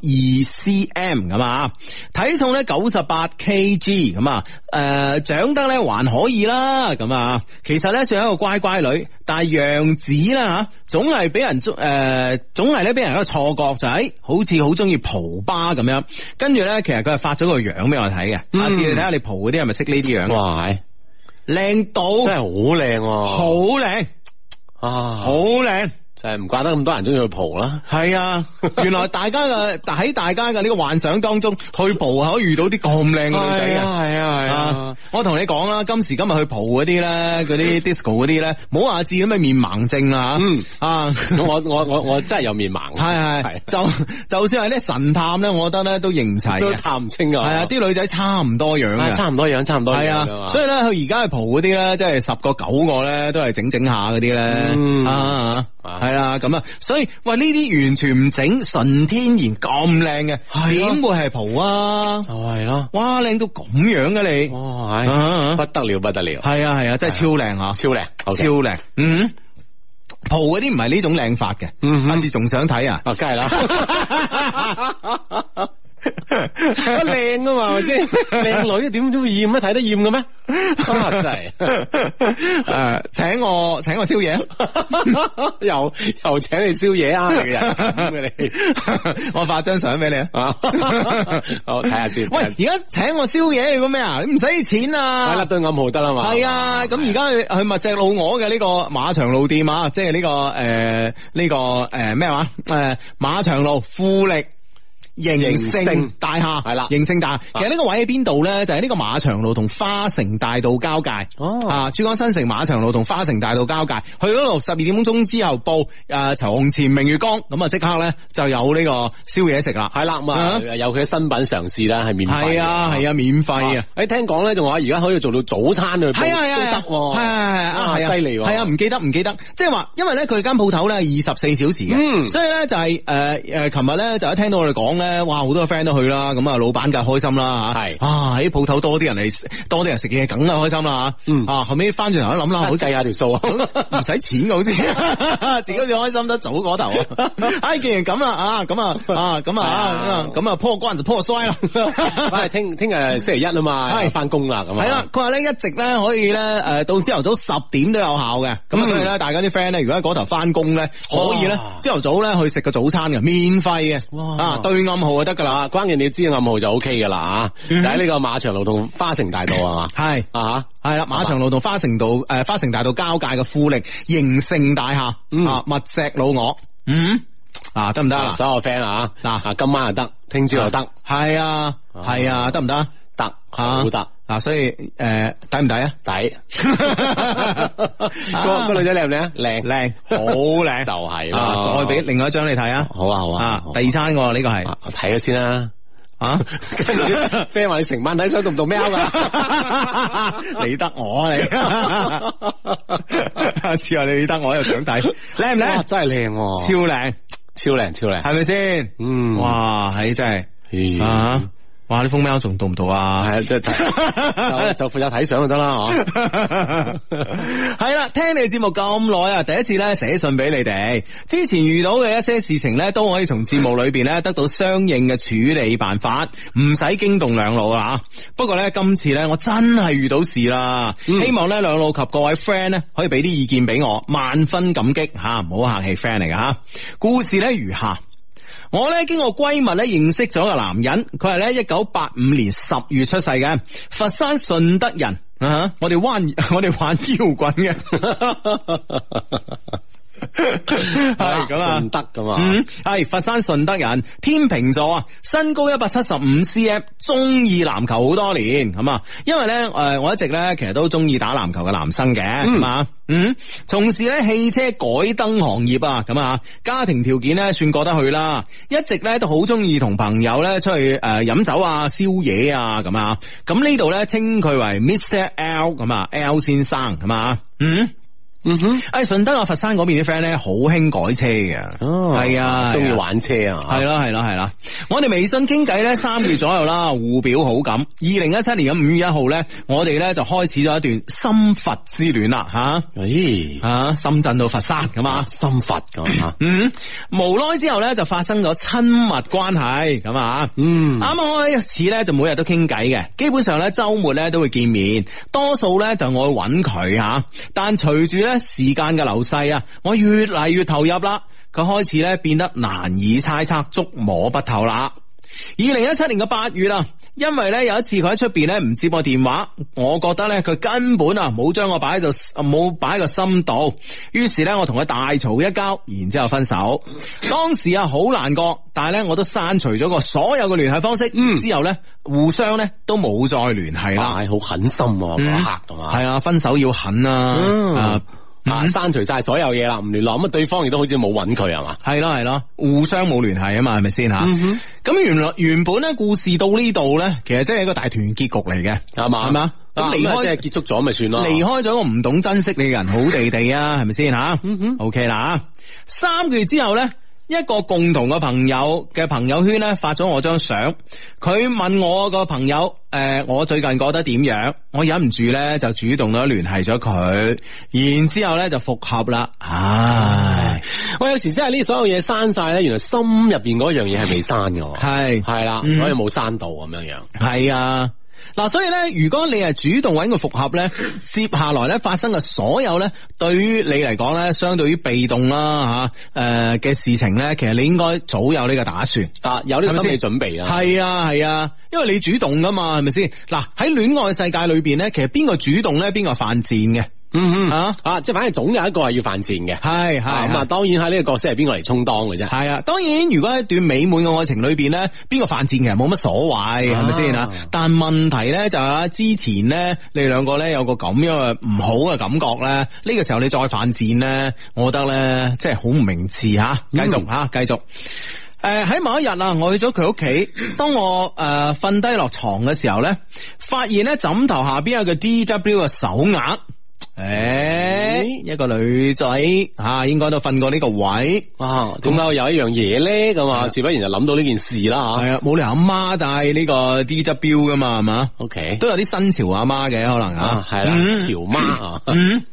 S3: cm 咁啊，體重呢九十八 kg 咁啊，誒、長得呢還可以啦，咁啊，其實呢算係一個乖乖女，但係樣子啦吓，總係俾人捉呃誒、總係咧俾人一個錯覺就係、哎好似好中意蒲吧咁樣，跟住呢，其實佢係發咗個樣俾我睇嘅，下次你睇下你蒲嗰啲係咪識呢啲樣，
S4: 哇，係
S3: 靚到
S4: 嗯真係好靚喎，
S3: 好靚，
S4: 啊，
S3: 好靚。
S4: 就係唔怪得咁多人中意去蒲啦。
S3: 系啊，原來大家嘅 喺大家嘅呢個幻想當中，去蒲係可以遇到啲咁靚嘅女仔嘅。
S4: 係啊係
S3: 啊！我同你講啦，今時今日去蒲嗰啲咧，嗰啲 disco 嗰啲咧，冇話治咁嘅面盲症啦吓。
S4: 嗯
S3: 啊，
S4: 咁我我我我真係有面盲，
S3: 係係，就就算係咧神探咧，我覺得咧都認唔齊
S4: 都
S3: 嘅。
S4: 探唔清
S3: 係
S4: 啊，
S3: 啊，啲女仔差唔多樣
S4: 啊
S3: 嘅。
S4: 差唔多樣，差唔多樣
S3: 係
S4: 㗎嘛
S3: 啊，所以咧，佢而家去蒲嗰啲咧，即係十個九個咧，都係整整下嗰啲
S4: 嗯
S3: 咧，啊，
S4: 啊
S3: 係啦，咁啊，所以喂呢啲完全唔整，純天然咁靚嘅，點會係蒲啊？
S4: 就係咯，
S3: 哇，靚到咁樣嘅你，
S4: 哇，係
S3: 啊
S4: 不得了不得了，
S3: 係啊係啊，真係超靚啊，
S4: 超靚，
S3: 超靚，嗯，蒲嗰啲唔係呢種靚法嘅，
S4: 嗯哼
S3: 下次仲想睇啊？
S4: 啊，梗係 啦。靚啊嘛，係咪 先？靚女點都會厭咩？睇得厭嘅咩？啊，真係
S3: 誒，請我請我宵夜。
S4: 又又請你宵夜啊！你嘅人咁嘅你
S3: 我發張相俾你啊！
S4: 啊， 好睇下先。
S3: 喂，而
S4: 係
S3: 家請我宵夜你個咩啊？你唔使錢啊！
S4: 啦，對暗號得啦嘛。
S3: 係啊，咁而家去去麥脊路我嘅呢個馬場路店啊，即係呢個誒呢個誒咩話誒馬場路富力。盈盛大廈
S4: 係啦
S3: 盈盛大廈，其實呢個位喺邊度咧？就喺、呢個馬場路同花城大道交界。
S4: 哦
S3: 啊，珠江新城馬場路同花城大道交界，去嗰度十二點鐘之後報誒床前明月光，咁啊即刻咧就有呢個宵夜食啦。
S4: 係啦，咁啊
S3: 啊
S4: 有佢嘅新品嘗試啦，係免費嘅。
S3: 係啊係啊，免費啊。！
S4: 誒，聽講咧，仲話而家可以做到早餐去報，
S3: 係啊係啊，
S4: 都得喎，
S3: 係啊係啊，
S4: 啊犀利喎，
S3: 係啊，唔記得唔記得，即係話，因為咧佢間鋪頭咧二十四小時嘅，
S4: 嗯
S3: 所以咧就係誒誒，琴日咧就一聽到我哋講咧，哇，好多 friend 都去啦，咁啊，老闆梗係開心啦吓，
S4: 係
S3: 啊，喺鋪頭多啲人嚟，多啲人食嘢，梗係開心啦
S4: 嗯
S3: 吓，啊，後尾翻轉頭一諗啦，好
S4: 好
S3: 似
S4: 計下條數啊！
S3: 唔使錢嘅好似， 自己好似開心得早嗰頭啊！唉，既然咁啦啊，咁啊啊咁啊啊咁啊破關就破衰啦。
S4: 喂，聽聽日星期一啊嘛，
S3: 嗯係
S4: 係翻工啦咁啊。
S3: 系啦，佢話咧一直咧可以咧诶到朝頭早十點都有效嘅，咁啊所以咧大家啲 friend 咧如果喺嗰頭翻工咧，可以咧
S4: 嗯哇
S3: 朝頭早咧去食個早餐嘅，免費嘅，
S4: 哇
S3: 啊對暗號就得噶啦，
S4: 啊，關鍵你知暗號就 O K 噶啦吓，
S3: 嗯
S4: 就喺呢個馬場路同花城大道 啊
S3: 係
S4: 嘛，啊
S3: 係啦，馬場路同花城道诶、呃花城大道交界嘅富力盈盛大廈、
S4: 嗯
S3: 啊密石老我，嗯啊得唔得
S4: 吓，
S3: 啊？
S4: 所有 friend 啊，
S3: 嗱
S4: 啊今晚又得，聽朝又得，
S3: 係啊係啊得唔得啊？
S4: 得
S3: 啊
S4: 好得
S3: 啊所以诶抵唔抵 啊？
S4: 抵。個個女仔靚唔靚啊？ 靚
S3: 靚好靚
S4: 就係
S3: 啊！
S4: 啦，
S3: 再俾另外一張你睇啊！
S4: 好啊好啊
S3: 啊，
S4: 好啊
S3: 第二餐喎呢個係
S4: 啊睇咗先啦。
S3: 啊，
S4: 跟住啲 friend 話你成晚睇相讀唔讀喵噶？
S3: 理得我 啊你，下次話你理得我又想睇，靚唔
S4: 哇
S3: 靚？
S4: 真係 靚
S3: 超
S4: 喎，
S3: 靚，
S4: 超超靚超靚。
S3: 係咪先？
S4: 嗯
S3: 哇，係真係
S4: 咦
S3: 啊！哇，啲風喵仲到唔到啊？
S4: 係啊，即係睇 就就負責睇相就得啦，哦嗬。
S3: 係啦，聽你節目咁耐啊，第一次咧寫信俾你哋。之前遇到嘅一些事情咧，都可以從節目裏邊咧得到相應嘅處理辦法，唔使驚動兩老啦。不過咧，今次咧我真係遇到事啦，希望咧兩老及各位 friend 咧可以俾啲意見俾我，萬分感激吓，唔好客氣，friend 嚟㗎吓。故事咧如下。我咧經過閨蜜咧認識咗個男人，佢係咧一九八五年十月出世嘅，佛山順德人。 啊哈！我哋玩我哋玩搖滾嘅，係咁啊
S4: 順德噶嘛，
S3: 嗯，系佛山順德人，天秤座啊，身高一百七十五 cm，中意籃球好多年，咁啊，因為咧，诶、我一直咧其實都中意打籃球嘅男生嘅，咁啊、嗯，從事咧汽車改燈行業啊，咁啊，家庭條件咧算過得去啦，一直咧都好中意同朋友咧出去诶饮、飲酒啊、宵夜啊，咁啊，咁呢度咧稱佢為 Mr L 咁啊，L 先生咁啊，嗯。
S4: 嗯哼，
S3: 诶，順德啊，佛山嗰邊啲 friend 咧，好興改車嘅，係啊，
S4: 哦中意
S3: 係啊
S4: 玩車啊，
S3: 系啦系啦系啦，我哋微信傾偈咧三月左右啦，互表好感。二零一七年嘅五月一號咧，我哋咧就開始咗一段心佛之戀啦，吓、
S4: 哦咦，
S3: 啊深圳到佛山咁啊。
S4: 心佛咁啊，
S3: 嗯，無奈之後咧就發生咗親密關係咁啊，
S4: 嗯
S3: 啱啱開始咧就每日都傾偈嘅，基本上咧周末咧都會見面，多數咧就我去揾佢吓，但隨住咧時間嘅流逝啊，我越嚟越投入啦，佢開始咧變得難以猜測、捉摸不透啦。二零一七年嘅八月啊，因為咧有一次佢喺出邊咧唔接我電話，我覺得咧佢根本啊冇將我擺喺度，冇擺喺個心度。於是咧我同佢大嘈一交，然之後分手。當時啊好難過，但係咧我都刪除咗個所有嘅聯繫方式。嗯，之後咧互相咧都冇再聯繫
S4: 係
S3: 啦。
S4: 啦，好狠心啊，嗰一刻係嘛，
S3: 係啊，分手要狠
S4: 嗯
S3: 啊。
S4: 啊，
S3: 啊
S4: 刪除晒所有嘢啦，唔聯絡，咁啊，對方亦都好似冇揾佢係嘛，
S3: 系咯系咯，互相冇聯繫啊嘛，係咪先吓？咁原來原本咧故事到呢度咧，其實真係一個大團結局嚟嘅，
S4: 係嘛，
S3: 係嘛？
S4: 咁
S3: 咁離
S4: 離開即係
S3: 開
S4: 結束咗咪算咯，
S3: 離開咗個唔懂珍惜你嘅人，好地地啊，係咪先吓？OK 啦，啊三個月之後咧。一個共同嘅朋友嘅朋友圈咧發咗我張相，佢問我個朋友，誒、我最近覺得點樣？我忍唔住咧就主動咗聯繫咗佢，然之後咧就復合啦。唉，
S4: 我有時真係呢所有嘢刪晒咧，原來心入邊嗰樣嘢係未刪嘅喎，
S3: 係
S4: 係啦，
S3: 嗯
S4: 所以冇刪到咁樣樣。
S3: 系啊。嗱，所以咧，如果你係主動揾個復合咧，接下來咧發生嘅所有咧，對於你嚟講咧，相對於被動啦吓，诶、嘅事情咧，其實你應該早有呢個打算。
S4: 啊，有呢個
S3: 係咪
S4: 心
S3: 先
S4: 理準備啦。
S3: 係啊係啊，因為你主動噶嘛，係咪先？嗱喺戀愛世界裏边咧，其實邊個主動咧，邊個係犯賤嘅
S4: 嗯
S3: 吓？
S4: 啊，即係反正總有一個係要犯賤嘅。
S3: 係係
S4: 啊咁啊，
S3: 係
S4: 當然喺呢個角色係邊個嚟充當嘅啫。
S3: 系啊，當然如果喺一段美滿嘅愛情裏边咧，邊個犯賤其實冇乜所謂，係咪先啊
S4: 啊？
S3: 但問題咧就係、之前咧，你兩個咧有個咁樣嘅唔好嘅感覺咧，呢、呢個時候你再犯賤咧，我覺得咧即係好唔明智吓。繼續吓，繼續。诶，喺、某一日啊，我去咗佢屋企，當我诶瞓低落床嘅時候咧，發現咧枕頭下邊有個 D W 嘅手鐲。诶、一個女仔啊，應該都瞓過呢個位。
S4: 啊，點解會有一樣嘢咧？咁啊，自不然就諗到呢件事啦
S3: 系
S4: 吓。
S3: 啊，冇理由阿媽帶呢個 D W 噶嘛，係嘛？
S4: O K，
S3: 都有啲新潮阿媽嘅可能
S4: 啊
S3: 啊，
S4: 係啦，
S3: 嗯
S4: 潮媽啊，
S3: 嗯。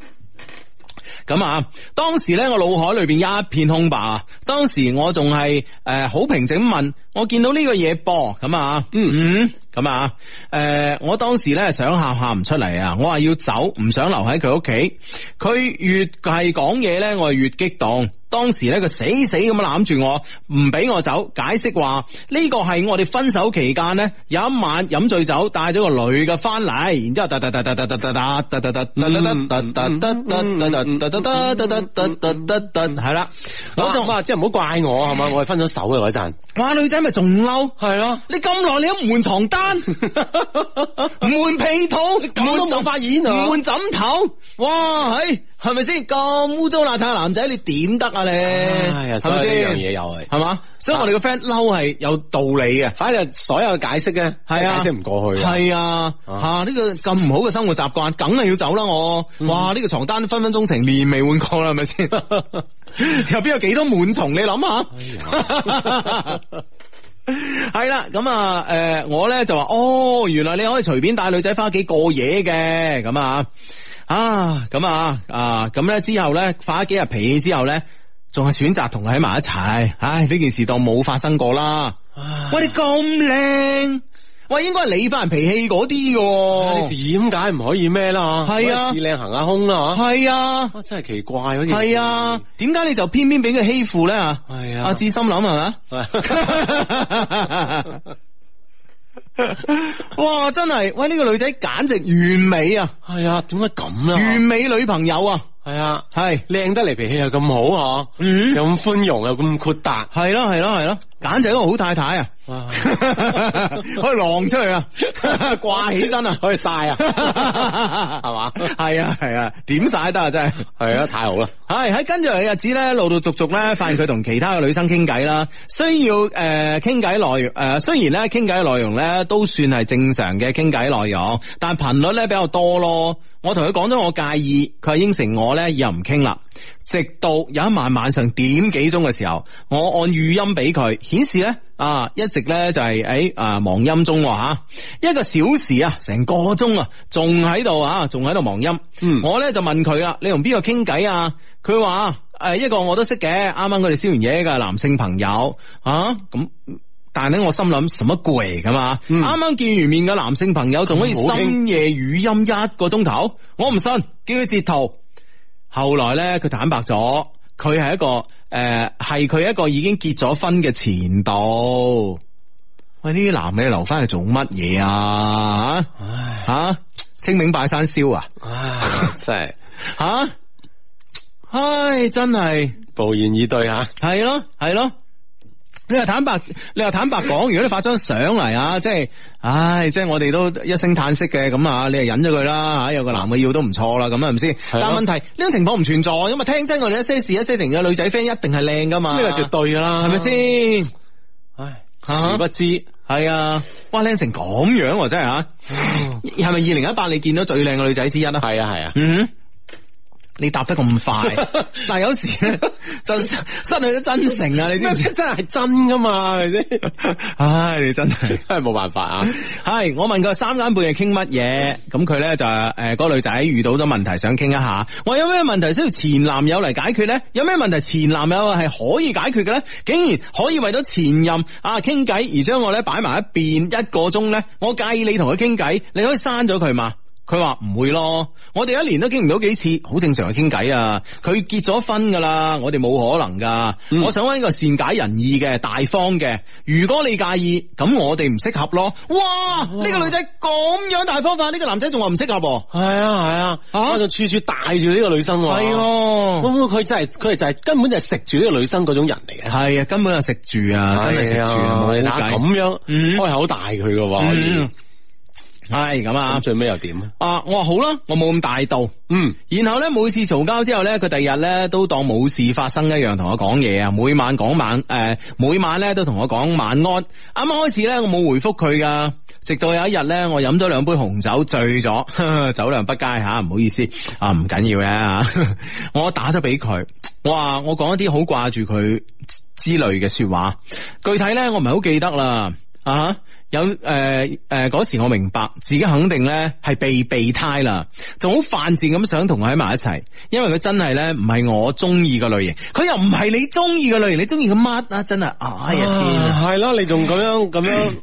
S3: 咁啊，當時咧我腦海裏邊一片空白啊。當時我仲係誒好平靜咁問，我見到呢個嘢噃咁啊，嗯嗯，咁啊，誒、我當時咧想喊喊唔出嚟啊，我話要走，唔想留喺佢屋企。佢越係講嘢咧，我係越激動。當時咧，佢死死咁攬住我，唔俾我走，解釋話呢個係我哋分手期間咧，有一晚飲醉酒，帶咗個女嘅翻嚟，然之後哒哒哒哒哒哒哒哒哒哒得得
S4: 嗯
S3: 得得得得得得得得得得得系啦，
S4: 我
S3: 我
S4: 就
S3: 就
S4: 話
S3: 話：
S4: 嗯即係唔好怪我係嘛，我係分咗手嘅嗰陣。
S3: 哇，女仔咪仲嬲，係咯，你咁耐你都唔換床單，唔換被套，咁
S4: 都冇發現啊
S3: 唔換枕頭，哇，係係咪先咁污糟邋遢嘅男仔，你點得啊你？
S4: 哎呀，
S3: 係
S4: 所以
S3: 咪
S4: 呢樣
S3: 先？
S4: 嘢又係，啊
S3: 係嘛？所以我哋個 friend 嬲係有道理嘅。
S4: 反正所有解釋咧，
S3: 係啊
S4: 解釋唔過去嘅。
S3: 係啊，
S4: 啊
S3: 吓呢個咁唔好嘅生活習慣，梗係要走啦我。
S4: 嗯
S3: 哇，呢個床單分分鐘成年未換過啦，係咪 先？入邊有幾多螨蟲？你
S4: 哎
S3: 諗下。係啦，咁啊，诶、我咧就話，哦，原來你可以隨便帶女仔翻屋企過夜嘅，咁啊，啊，咁啊，啊，咁咧之後咧發咗幾日脾氣之後咧，仲係選擇同佢喺埋一齊，唉，呢件事當冇發生過啦。喂，你咁靚，喂，應該係你發人脾氣嗰啲
S4: 啊
S3: 嘅
S4: 你點解唔可以咩啦？
S3: 哦係啊
S4: 試靚行下空啦
S3: 喎，
S4: 吓。
S3: 係啊，
S4: 啊真係奇怪嗰件事
S3: 係啊，點解你就偏偏俾佢欺負咧？啊，
S4: 係啊
S3: 阿志心諗係 咪？哇！真係，喂呢、個女仔簡直完美啊，
S4: 系啊，点解咁啊？
S3: 完美女朋友啊，
S4: 系啊，
S3: 系。
S4: 靓得嚟脾气又咁好嗬，
S3: 嗯
S4: 又咁宽容又咁豁达，
S3: 系咯系咯系咯，简直一个好太太啊！ 可以晾出去 啊，挂起身啊，可以晒啊， 系嘛？系啊系啊，点晒得啊真系。
S4: 系啊，太好啦，
S3: 系喺跟住嚟嘅日子咧，陆陆续续咧，發現佢同其他嘅女生傾偈啦。需要诶傾偈內容诶，雖然咧傾偈內容咧都算係正常嘅傾偈內容，但頻率咧比較多咯。我同佢講咗我介意，佢係應承我咧以後唔傾啦。直到有一晚晚上點幾鐘嘅時候，我按語音俾佢，顯示咧啊一直咧就係誒啊忙音中喎嚇，一個小時啊，成個鐘啊，仲喺度啊，仲喺度忙音。
S4: 嗯
S3: 我咧就問佢啦，你同邊個傾偈啊？佢話诶一個我都識嘅，啱啱佢哋燒完嘢嘅男性朋友啊咁。但係咧，我心諗什麼攰噶嘛？啱
S4: 嗯
S3: 啱、見完面嘅男性朋友仲可以
S4: 咁好傾
S3: 深夜語音一個鐘頭，我唔信，叫佢截圖。後來咧，佢坦白咗，佢係一個诶，系、係佢一個已經結咗婚嘅前度。喂，呢啲男嘅留翻去做乜嘢啊？吓、啊清明拜山燒啊？
S4: 唉，真系
S3: 吓、唉，真係
S4: 無言以對吓，
S3: 係咯，係咯。你又坦白，你又坦白講，如果你發張相嚟啊，即係，唉，即係我哋都一聲嘆息嘅咁啊，你係忍咗佢啦，吓有個男嘅要都唔錯啦，咁啊係咪先？
S4: 咯
S3: 但問題呢種情況唔存在噶嘛，聽真我哋一些事一些情嘅女仔 friend 一定係靚噶嘛，
S4: 呢個絕對噶啦，
S3: 係咪？先？
S4: 唉，
S3: 啊
S4: 殊不知。
S3: 係啊，哇，靚成咁樣喎，真係啊！係咪二零一八你見到最靚嘅女仔之一啊？
S4: 系啊系啊，
S3: 嗯，你答得咁 快，但係有時 咧就失失去咗真誠啊！你知唔知？
S4: 真系真噶嘛，系咪 先？
S3: 唉，你真係
S4: 真系冇办法啊！
S3: 系，我問佢三更半夜傾乜嘢，咁佢咧就诶，呃嗰、個女仔遇到咗問題想傾一下，我有咩問題需要前男友嚟解決咧？有咩問題前男友係可以解決嘅咧？竟然可以為咗前任啊傾偈而將我咧擺埋一邊一個鐘咧，我介意你同佢傾偈，你可以刪咗佢嘛？佢話唔會咯，我哋一年都傾唔到幾次，好正常嘅傾偈啊！佢結咗婚噶啦，我哋冇可能噶。
S4: 嗯
S3: 我想揾一個善解人意嘅、大方嘅。如果你介意，咁我哋唔適合咯。哇！
S4: 哦
S3: 呢、個女仔咁樣大方法，呢、個男仔仲話唔適合喎。
S4: 系啊系啊，我就處處帶住呢個女生喎。
S3: 係
S4: 咁
S3: 喎，
S4: 佢真係佢就係根本就係食住呢個女生嗰種人嚟嘅。
S3: 係啊，根本就食住啊，真係食住啊，冇
S4: 哎你睇下
S3: 計。
S4: 咁樣
S3: 嗯
S4: 開口大佢嘅喎可以
S3: 嗯，，係咁啊
S4: 咁。最尾又點啊？
S3: 啊，我話好啦，我冇咁大度。
S4: 嗯，
S3: 然後咧，每次嘈交之後咧，佢第二日咧都當冇事發生一樣同我講嘢啊，每晚講晚诶、每晚咧都同我講晚安。啱啱開始咧，我冇回覆佢噶，直到有一日咧，我飲咗兩杯紅酒，醉咗， 酒量不佳吓，唔好意思啊， 唔緊要嘅吓，我打咗俾佢，我話我講一啲好掛住佢之類嘅说話，具體咧我唔係好記得啦。啊！有誒誒嗰時我明白自己肯定咧係被備胎啦，仲好犯賤咁想同佢喺埋一齊，因為佢真係咧唔係我中意嘅類型，佢又唔係你中意嘅類型，你中意佢乜啊？真係唉呀天啊！
S4: 係咯，你仲咁樣咁樣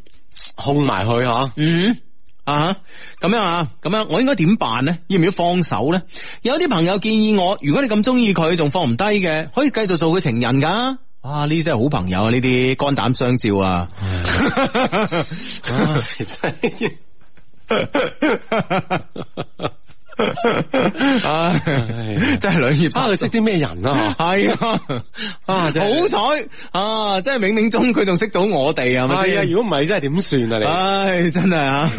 S4: 控埋佢嗬？
S3: 嗯。啊，咁样啊，咁样我应该点办呢？要唔要放手呢？有啲朋友建议我，如果你咁中意佢，仲放唔低嘅，可以继續做佢情人噶。哇，呢啲真係好朋友啊！呢啲肝膽相照啊！
S4: 唉真係
S3: 唉，真係兩葉
S4: 啊，
S3: 三
S4: 佢識啲咩人 啊？
S3: 系啊，
S4: 啊真
S3: 好
S4: 係
S3: 彩啊！真係冥冥中佢仲識到我哋係咪
S4: 係啊，
S3: 先？
S4: 如果唔係真係點算啊？
S3: 唉，真係啊！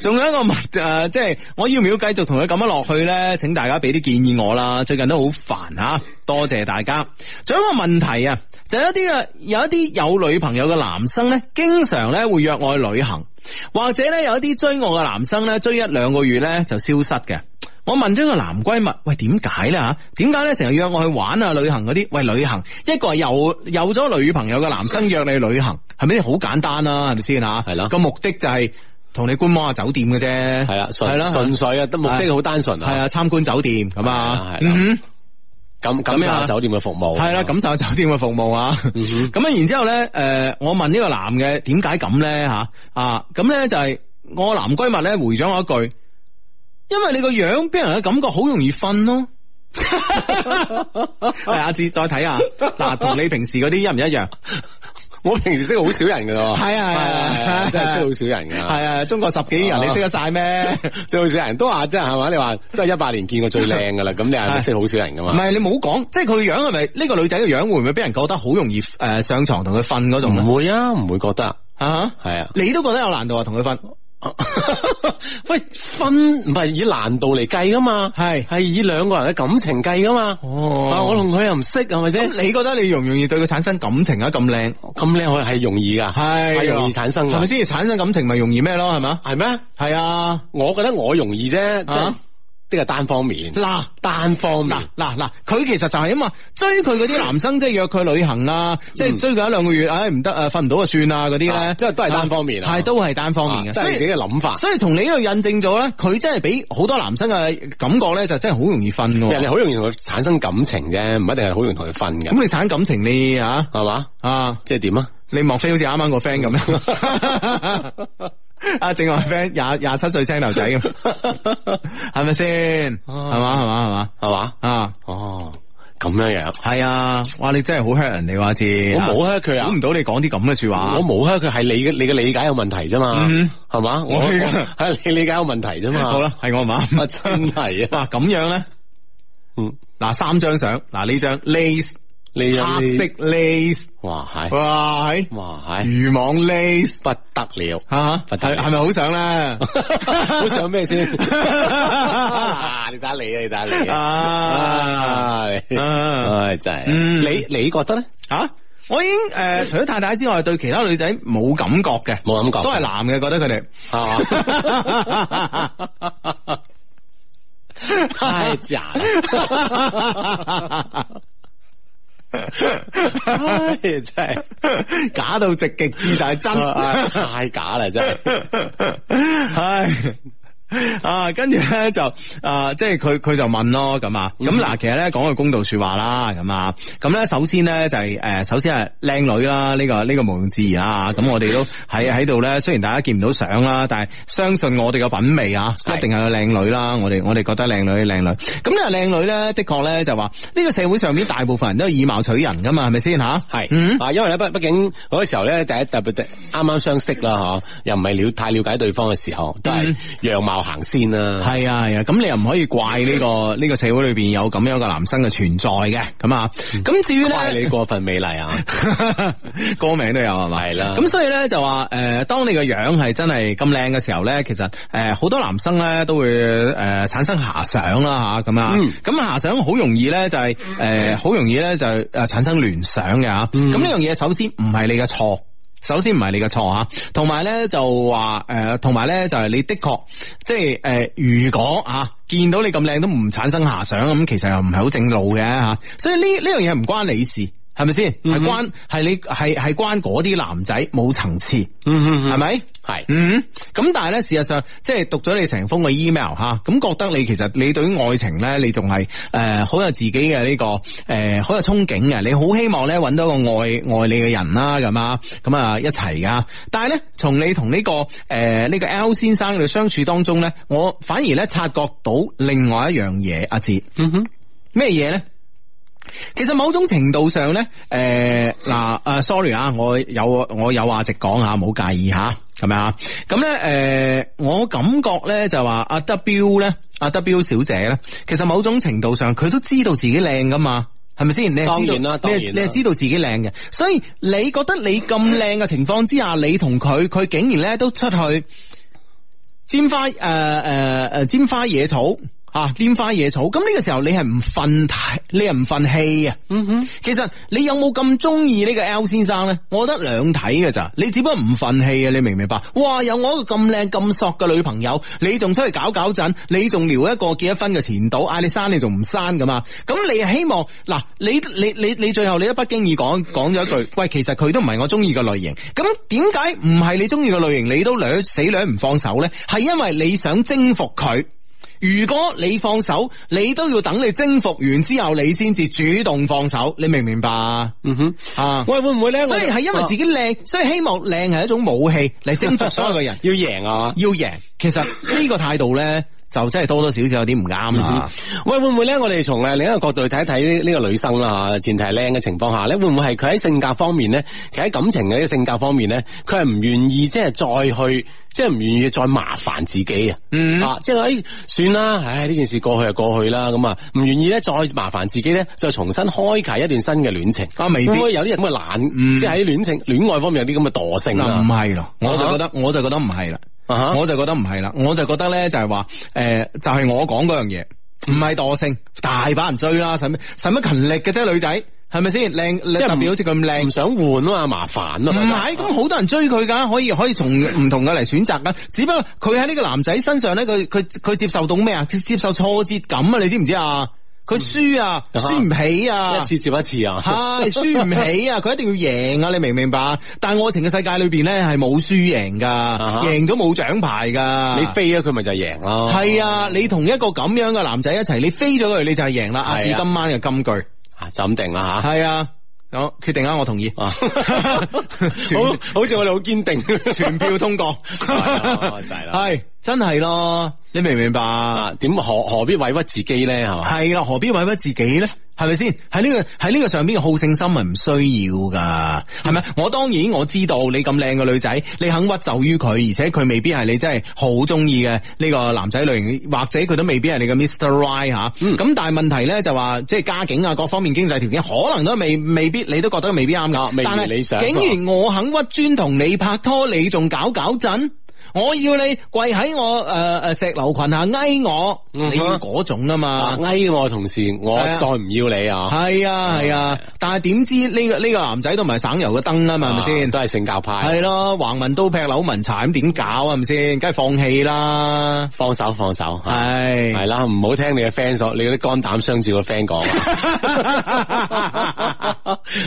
S3: 仲有一個問诶、呃即係我要唔要繼續同佢咁樣落去咧？請大家俾啲建議我啦。最近都好煩啊，多謝大家。仲有一個問題啊，就有一啲啊，有一啲有女朋友嘅男生咧，經常咧會約我去旅行，或者咧有一啲追我嘅男生咧，追一兩個月咧就消失嘅。我問咗個男閨蜜，喂點解咧吓？點解咧成日約我去玩啊、旅行嗰啲？喂，旅行一個係有有咗女朋友嘅男生約你去旅行，係咪好簡單啦、係咪先吓？
S4: 係咯
S3: 個目的就係同你觀摩下酒店嘅啫。
S4: 你係啦，
S3: 係
S4: 純
S3: 啦
S4: 純粹啊，得目的好單純
S3: 係
S4: 啊，
S3: 啊，參觀酒店咁
S4: 係
S3: 啊
S4: 啦，係啦
S3: 嗯哼
S4: 咁咁
S3: 咁樣啊
S4: 樣酒店嘅服務
S3: 係啦，感受下酒店嘅服務啊。
S4: 嗯
S3: 咁啊，然之后咧，诶，我問呢個男嘅點解咁咧吓啊？咁咧就係我男閨蜜咧回咗我一句，因為你個樣俾人嘅感覺好容易瞓咯。 哎喂，阿志，再睇下，嗱，同你平時嗰啲一唔一樣？
S4: 我平時識好少人噶咯，
S3: 係啊係啊
S4: 係啊真係識好少人噶，
S3: 系啊，中國十幾人，
S4: 啊
S3: 你識得晒咩？
S4: 識好少人都話真係係嘛？你話都係一百年見過最靚噶啦，咁你係咪識好少人噶
S3: 唔
S4: 嘛？
S3: 係你冇講，即係佢樣係咪呢個女仔嘅樣會唔會俾人覺得好容易诶上床同佢瞓嗰種咧？
S4: 唔會啊，唔會覺得
S3: 啊哈，
S4: 係啊。
S3: 你都覺得有難度啊，同佢瞓？
S4: 喂，分唔係以難度嚟計噶嘛，
S3: 係
S4: 係以兩個人嘅感情計噶嘛。啊，我
S3: 哦，
S4: 同佢又唔識係咪先？
S3: 咁你覺得你容唔容易對佢產生感情啊？咁靚
S4: 咁靚我係容易噶，
S3: 係啊
S4: 係容易產生
S3: 係
S4: 噶
S3: 咪，先？產生感情咪容易咩咯？係嘛？
S4: 係咩？
S3: 係啊，
S4: 我覺得我容易啫，即係
S3: 啊
S4: 即係單方面，
S3: 嗱。
S4: 單方面
S3: 嗱。嗱嗱，佢其實就係啊嘛，追佢嗰啲男生即係約佢旅行啊，即係追佢一兩個月，唉唔得啊，瞓唔到就算啊嗰啲咧
S4: 嗯啊，即係都係單方面啊
S3: 係都係單方面嘅，
S4: 啊即係
S3: 所
S4: 你自己
S3: 以
S4: 嘅諗法。
S3: 所以從你呢度印證咗咧，佢真係俾好多男生嘅感覺咧，就真係好容易瞓
S4: 人哋
S3: 喎。
S4: 好容易同佢產生感情啫，唔一定係好容易同佢瞓嘅，
S3: 咁你產感情你啊
S4: 係嘛？
S3: 啊，
S4: 即係點啊？
S3: 你莫非好似啱啱個 friend 咁樣？ 啊，正話 friend 廿廿七歲青頭仔咁，係咪先？係嘛係嘛係嘛
S4: 係嘛？
S3: 啊！
S4: 哦，咁樣樣，
S3: 系啊，哇！你真系好 hurt 人哋话知，
S4: 我冇 hurt 佢啊
S3: 估唔到你讲啲咁嘅说话。
S4: 我冇啊，佢係你嘅你嘅理解有問題啫嘛
S3: 嗯，
S4: 係嘛？我
S3: 我
S4: 係你理解有問題啫嘛。
S3: 好，啦，系我唔
S4: 啊
S3: 啱。
S4: 真係啊，
S3: 嗱咁样咧，
S4: 嗯，
S3: 嗱三张相，嗱呢张 lace
S4: 你有
S3: 黑色
S4: 你
S3: lace，
S4: 哇係
S3: 哇，係
S4: 哇係
S3: 渔網 lace
S4: 不得了，
S3: 吓，
S4: 不得
S3: 係
S4: 了
S3: 係咪好想咧？
S4: 好想咩先？ Ờ. 嗱你打你啊，你打你啊！
S3: 啊
S4: 唉
S3: 啊
S4: 唉真係，
S3: 嗯
S4: 你你覺得咧？
S3: 吓！我已經誒、呃除咗太太之外，對其他女仔冇感覺嘅，
S4: 冇感
S3: 都
S4: 覺
S3: 係男嘅覺得佢哋。
S4: 係嘛？太假了！唉，真係
S3: 假到直極致，但係真。
S4: 唉啊太假啦，真係。
S3: 唉。啊，跟住咧就啊，即係佢佢就問咯咁啊，
S4: 嗯
S3: 咁嗱，其實咧講句公道说話啦，咁啊，咁咧首先咧就係、呃首先係靚女啦，呢、個呢、個毋庸置疑啦，咁我哋都喺喺度咧，雖然大家見唔到相啦，但係相信我哋嘅品味啊，一定係有靚女啦，我哋我哋覺得靚女靚女，咁呢個靚女咧的確咧就話呢、個社會上面大部分人都係以貌取人噶嘛，係咪先吓？
S4: 係
S3: 嗯
S4: 啊，因為咧，畢畢竟嗰個時候咧，第一特別啱啱相識啦，嗬，又唔係了太了解對方嘅時候，都係
S3: 嗯
S4: 樣貌行先啦。
S3: 系啊系啊，咁你又唔可以怪呢、個呢、個社會裏边有咁樣嘅男生嘅存在嘅，咁啊，咁至於
S4: 怪你
S3: 咧。
S4: 過分美麗啊！
S3: 歌名都有係咪？
S4: 係啦
S3: 咁所以咧就話诶、呃，当你個樣係真係咁靚嘅時候咧，其實诶好、多男生咧都會诶、呃、产生遐想啦吓，咁啊
S4: 嗯，
S3: 咁遐想好容易咧就係诶好容易咧就诶产生聯想嘅吓，咁呢樣嘢首先唔係你嘅錯。首先唔係你嘅錯啊，同埋咧就話誒，呃同埋咧就係你的確即係誒、呃如果啊見到你咁靚都唔產生遐想咁，其實又唔係好正路嘅嚇、啊所以呢呢樣嘢唔關你事，係咪先？係、關係你係係關嗰啲男仔冇層次，係、咪？
S4: 嗯係
S3: 嗯，咁但係咧，事實上即係讀咗你成封嘅 email 吓，咁覺得你其實你對於愛情咧，你仲係诶好有自己嘅呢、個个诶好、有憧憬嘅，你好希望咧揾到一個愛愛你嘅人啦，咁啊，咁啊一齊噶。但係咧，從你同呢、個个诶呢、個 L 先生嘅相處當中咧，我反而咧察覺到另外一樣嘢，阿志，嗯哼，咩嘢咧？其實某種程度上咧，诶、嗱，啊，sorry 啊，我有我有話直講吓，唔好介意吓，咁樣啊，咁咧，诶、我感覺咧就話阿 W 咧，阿 W 小姐咧，其實某種程度上佢都知道自己靚噶嘛。係咪先？你係知道
S4: 當然啦當然
S3: 你係
S4: 啦
S3: 你係知道自己靚嘅，所以你覺得你咁靚嘅情況之下，你同佢，佢竟然咧都出去沾花呃誒誒誒沾花野草啊，拈花野草。咁呢個時候你係唔憤太，你係唔憤氣啊？嗯哼，其實你有冇咁中意呢個 L 先生咧？我覺得兩睇嘅咋，你只不過唔憤氣啊！你明唔明白？哇，有我一個咁靚咁索嘅女朋友，你仲出去搞搞震，你仲撩一個結咗婚嘅前度，嗌你生你仲唔生咁啊？咁你係希望嗱，你你你你最後你都不經意講講咗一句，喂，其實佢都唔係我中意嘅類型。咁點解唔係你中意嘅類型，你都掠死掠唔放手咧？係因為你想征服佢。如果你放手，你都要等你征服完之後，你先至主動放手。你明唔明白？嗯
S4: 哼，
S3: 啊。
S4: 喂，會唔會咧？
S3: 所以係因
S4: 啊
S3: 為自己靚，所以希望
S4: 。
S3: 靚係一種武器嚟征服所有嘅人
S4: 要贏啊！
S3: 要贏，其實呢個態度咧，就真係多多少少有啲唔
S4: 嗯
S3: 啱啦。
S4: 啊喂，會唔會咧？我哋從誒另一個角度去睇一睇呢呢個女生啦嚇，前提係靚嘅情況下咧，會唔會係佢喺性格方面咧，其實喺感情嘅呢個性格方面咧，佢係唔願意即係再去，即係唔願意再麻煩自己啊？
S3: 嗯
S4: 啊，即係誒、哎算啦，唉，呢件事過去就過去啦，咁啊，唔願意咧再麻煩自己咧，就重新開啟一段新嘅戀情。
S3: 啊未必
S4: 會唔會有啲人咁嘅懶，
S3: 嗯
S4: 即係喺戀情、戀愛方面有啲咁嘅惰性
S3: 嗱，唔
S4: 啊？
S3: 係咯，我就覺得，我就覺得唔係啦，
S4: 啊哈
S3: 我就覺得唔係啦，我就覺得咧就係話，誒，就係我講嗰樣嘢，唔係惰性，大把人追啦，使乜使乜勤力嘅啫，女仔係咪先靚？
S4: 即係唔
S3: 特別好似佢咁
S4: 唔
S3: 靚。
S4: 想換啊嘛，麻煩啊
S3: 唔
S4: 嘛。
S3: 係，咁好多人追佢噶，可以可以從唔同嘅嚟選擇噶。只不過佢喺呢個男仔身上咧，佢佢佢接受到咩啊？接接受挫折感啊！你知唔知啊？佢輸啊，
S4: 嗯
S3: 輸唔起啊，
S4: 一次接一次啊。
S3: 系输唔起啊！佢一定要贏啊！你明唔明白？但係愛情嘅世界裏边咧，係冇輸贏噶
S4: 啊哈，
S3: 贏咗冇獎牌噶。
S4: 你飛咗啊佢咪就贏咯。
S3: 系啊！你同一個咁樣嘅男仔一齊，你飛咗佢，你就係贏啦。阿
S4: 係啊
S3: 至今晚嘅金句
S4: 啊，就咁定啦吓。
S3: 係啊，好決定啊，我同 意，
S4: 啊，
S3: 全
S4: 好好似我哋好 堅定。
S3: 全票通 過，啊
S4: 啦就係啦
S3: 係真係咯，你明唔明白？
S4: 啊，點何何必委屈自己咧？係嘛？
S3: 係啦，何必委屈自己咧？係咪先？喺呢、個喺呢個上邊嘅好勝心係唔需要噶，係咪？我當然我知道你咁靚嘅女仔，你肯屈就於佢，而且佢未必係你真係好中意嘅呢個男仔類型，或者佢都未必係你嘅 Mr. Right 吓、
S4: 嗯
S3: 咁但係問題咧就話，即係家境啊，各方面經濟條件可能都未未必，你都覺得未必啱
S4: 啊
S3: 噶。
S4: 未如
S3: 但係
S4: 理想
S3: 竟然我肯屈尊同你拍拖，你仲搞搞震？我要你跪喺我誒誒、呃石榴裙下哀我，
S4: 嗯哼
S3: 你要嗰種啊嘛
S4: 啊，。翳我同事，我
S3: 係啊
S4: 再唔要你啊！
S3: 系啊系啊，但系点知呢、個个呢、個个男仔都唔系省油嘅燈啊嘛，係咪
S4: 啊
S3: 先？
S4: 都係性教派，
S3: 係咯，橫紋刀劈柳紋柴咁點搞啊？係咪先？梗係放棄啦，
S4: 放手放手，
S3: 係
S4: 係啦，唔好聽你嘅 friend 所，你嗰啲肝膽相照嘅 friend 講啊。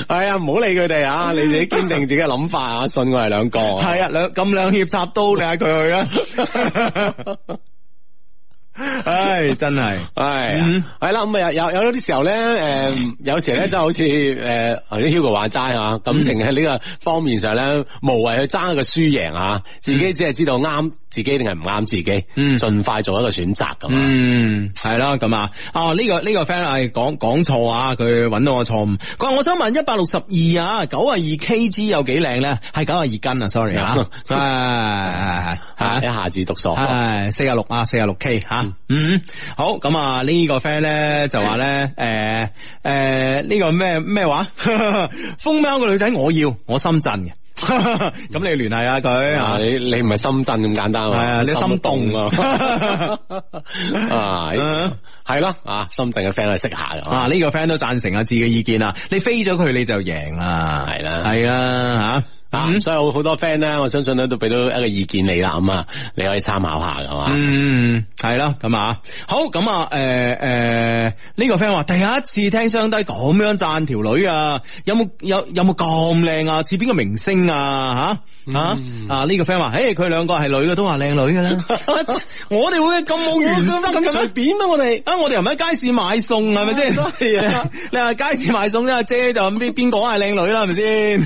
S4: 係啊，唔好理佢哋啊，你自己堅定自己嘅諗法啊，信我哋兩個。
S3: 係啊，兩咁兩肋插刀，你嗌佢去 啊！唉，真係
S4: 唉
S3: 嗯，
S4: 系啦，咁啊有有有啲時候咧，诶、有時咧就好似诶，頭先 Hugo 話齋啊，感情喺呢個方面上咧，無謂去爭一個輸贏啊，自己只係知道啱自己定係唔啱自己，
S3: 嗯
S4: 盡快做一個選擇咁啊。
S3: 嗯，系啦，咁啊，哦，呢、個呢、個 friend 係講講錯啊，佢揾到我錯誤。佢話我想問一百六十二啊，九啊二 kg 有幾靚咧？係九啊二斤啊，sorry 啊，唉
S4: 啊
S3: 嚇
S4: 一下子讀傻，
S3: 系四廿六啊，四廿六 K 吓，嗯，好咁啊，呢個 friend 咧就話咧，诶诶呢個咩咩 話，風喵個女仔我要，我深圳嘅，咁你聯繫下佢
S4: 啊
S3: 啊，
S4: 你你唔係深圳咁簡單
S3: 係啊
S4: 啊，
S3: 你心動啊
S4: 啊
S3: 嗯，
S4: 係咯啊，深圳嘅 friend 係識下噶，
S3: 啊！呢、個 friend 都贊成阿志嘅意見啊！你飛咗佢你就贏啦，
S4: 係啦
S3: 係嗯啦吓，
S4: 啊，所以好好多 friend 咧，我相信咧都俾到一個意見你啦，咁啊，你可以參考下噶嘛。
S3: 嗯，係啦，咁啊，好咁啊，诶、誒，诶，呢、個 friend 話第一次聽雙低咁樣讚條女啊，有冇有有冇咁靚啊？似邊個明星啊？吓吓啊！呢、個 friend 話，诶，佢兩個係女嘅都話靚女嘅啦， 我哋會咁冇原則咁樣哎
S4: 便啊，我哋。
S3: 啊！我哋又唔喺街市買餸，係咪 先？
S4: 係啊
S3: 你話街市買餸啫，阿姐就咁邊邊講係靚女啦，係咪先？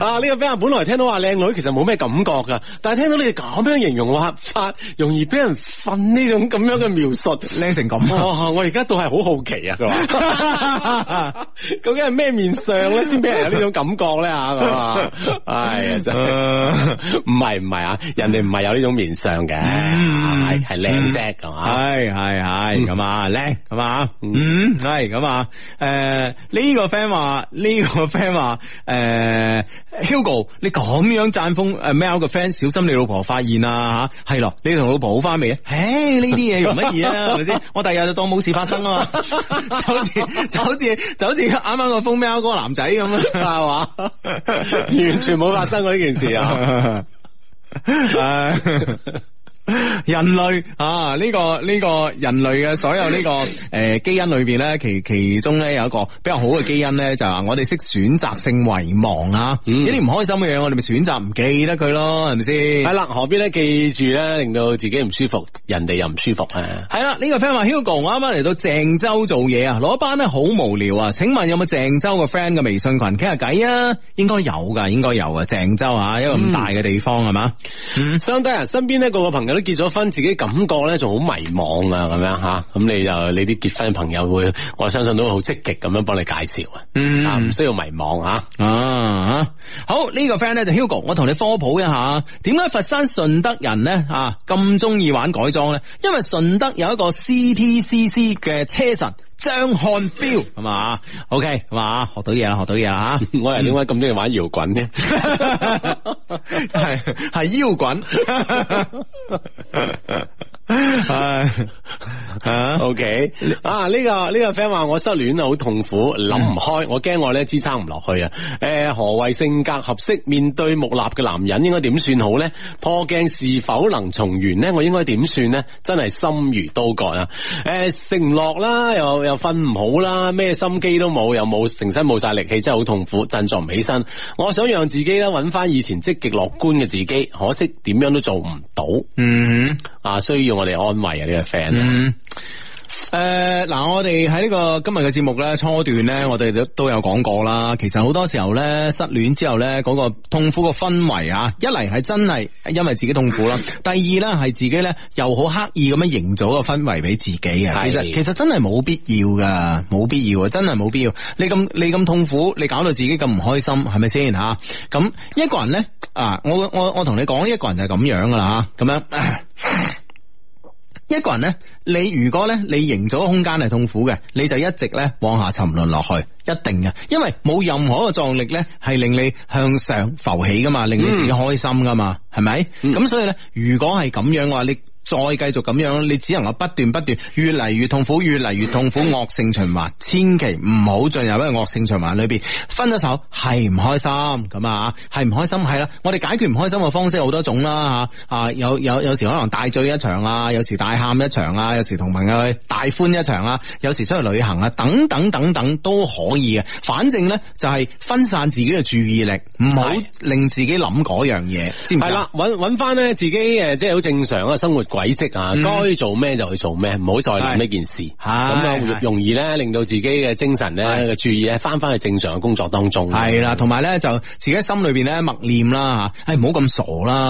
S4: 啊！呢、個 friend 本來聽到話靚女，其實冇咩感覺噶，但係聽到你哋咁樣形容話法，容易俾人瞓呢種咁樣嘅描述。
S3: 靚成咁啊！
S4: 哇！我而家都係好好奇啊，佢話 究竟係咩面相咧，先俾人有呢種感覺咧吓咁啊！哎呀，真係 唔係唔係啊，人哋唔係有呢種面相嘅，
S3: 嗯
S4: 係係靚啫咁 啊！
S3: 系系系咁啊，叻咁啊，嗯，系咁啊，诶，呢個 friend 話，呢個 friend 話，诶，Hugo，你咁樣讚風诶 Mel 嘅 friend，小心你老婆發現啊吓，係咯，你同老婆好翻未啊？唉，呢啲嘢容乜易啊，係咪先？我第日就當冇事發生啊嘛，就好似就好似就好似啱啱個風 Mel 嗰個男仔咁啊，係嘛？
S4: 完全冇發生過呢件事啊！
S3: 啊！ 人類啊，呢、個呢、個人類嘅所有呢、個 呃基因裏面咧，其其中咧有一個比較好嘅基因咧，就係話我哋識選擇性遺忘啊，一啲唔開心嘅嘢，我哋咪選擇唔記得佢咯，係咪先
S4: 係？啦，何必咧記住咧，令到自己唔舒服，人哋又唔舒服啊！
S3: 系啦，呢、個 friend 話 Hugo，我啱啱嚟到鄭州做嘢啊，攞班咧好無聊啊。請問有冇鄭州嘅 friend 嘅微信群傾下偈啊？應該有㗎，應該有啊。鄭州啊，一個咁大嘅地方係嘛？嗯
S4: 相低人身邊呢個個朋友友都結咗婚，自己感覺咧仲好迷茫啊，咁樣吓，咁你就你啲結婚嘅朋友會，我相信都會好積極咁樣幫你介紹啊，
S3: 嗯
S4: 啊唔需要迷茫啊。
S3: 啊，好呢、個 friend 咧就 Hugo，我同你科普一下，點解佛山順德人咧啊咁中意玩改裝咧？因為順德有一個 CTCC 嘅車神張漢彪，係嘛？OK，係嘛？學到嘢啦，學啊到嘢啦吓。
S4: 我係點解咁中意玩搖滾呢？
S3: 係係腰 滾，唉啊
S4: O K 啊，呢、個呢、個 friend 話我失戀啊，好痛苦，諗唔
S3: 嗯
S4: 開，我驚我咧支撐唔落去啊。誒、何謂性格合適面對木訥嘅男人應該點算好咧？破鏡是否能重圓咧？我應該點算咧？真係心如刀割啊！誒、食唔落啦，又又瞓唔好啦，咩心機都冇，又冇成身冇晒力氣，真係好痛苦，振作唔起身。我想讓自己咧揾翻以前積極樂觀嘅自己，可惜點樣都做唔到
S3: 嗯。
S4: 啊！需要我哋安慰啊，呢、個 friend 啊。
S3: 嗯。誒，嗱、我哋喺呢個今日嘅節目咧，初段咧，我哋都都有講過啦。其實好多時候咧，失戀之後咧，嗰、個痛苦嘅氛圍啊，一嚟係真係因為自己痛苦啦，第二咧係自己咧又好刻意咁樣營造個氛圍俾自己嘅。其實
S4: 係
S3: 其實真係冇必要噶，冇必要啊，真係冇必要。你咁你咁痛苦，你搞到自己咁唔開心，係咪先吓？咁、一個人咧啊，我我我同你講，一個人就係咁樣噶啦吓，啊咁樣。 一個人咧，你如果咧你營造嘅空間係痛苦嘅，你就一直咧往下沉淪落去，一定嘅，因為冇任何一個助力咧係令你向上浮起噶嘛，令你自己開心噶嘛，係咪？咁所以咧，如果係咁樣嘅話，你再繼續咁樣，你只能夠不斷不斷，越嚟越痛苦，越嚟越痛苦，惡性循環，千祈唔好進入一個惡性循環裏邊。分咗手係唔開心咁啊，係唔開心係啦。我哋解決唔開心嘅方式好多種啦吓，啊有有有時可能大醉一場啊，有時大喊一場啊，有時同朋友去大歡一場啊，有時出去旅行啊，等等等等都可以嘅。反正咧就係分散自己嘅注意力，唔好
S4: 係
S3: 令自己諗嗰樣嘢，知唔知
S4: 系
S3: 啊
S4: 啦？，揾揾翻咧自己誒，即係好正常嘅生活軌跡啊，
S3: 嗯
S4: 該做咩就去做咩，唔好再諗呢件事。咁啊，
S3: 係
S4: 容易咧令到自己嘅精神咧
S3: 係
S4: 嘅注意咧翻翻去正常嘅工作當中。
S3: 系啦，同埋咧就自己喺心裏边咧默念啦吓，唉唔好咁傻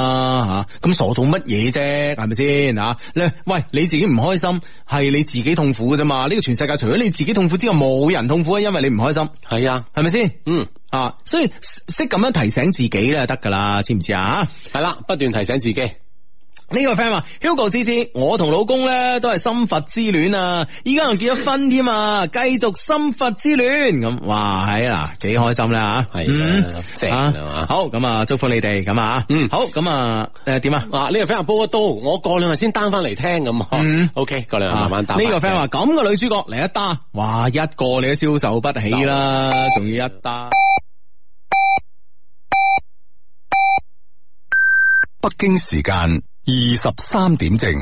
S3: 啦吓，咁傻做乜嘢啫？係咪先吓？咧喂，你自己唔開心係你自己痛苦嘅啫嘛？呢、個全世界除咗你自己痛苦之外，冇人痛苦啊，因為你唔開心，
S4: 係啊，
S3: 係咪先？
S4: 嗯，
S3: 啊，所以識識咁樣提醒自己咧就得噶啦，知唔知啊？
S4: 係啦，不斷提醒自己。
S3: 呢個 friend 話，Hugo 芝芝，我同老公咧都係心佛之戀啊，依家仲結咗婚添啊，繼續心佛之戀咁，哇，係啊，幾開心啦吓，
S4: 係
S3: 嗯
S4: 啊正啊嘛
S3: 好咁啊，祝福你哋咁啊，
S4: 嗯
S3: 好咁啊，誒點啊？
S4: 啊，呢個 friend 話煲咗刀，我過兩日先 down 翻嚟聽咁
S3: 嗯
S4: 啊。OK，過兩日慢嗯慢
S3: 啊
S4: down
S3: 呢個
S4: 返
S3: friend 話咁嘅女主角嚟一打，哇，一個你都消受不起
S4: 啊
S3: 啦，仲要一打。
S1: 北京時間二十三點正。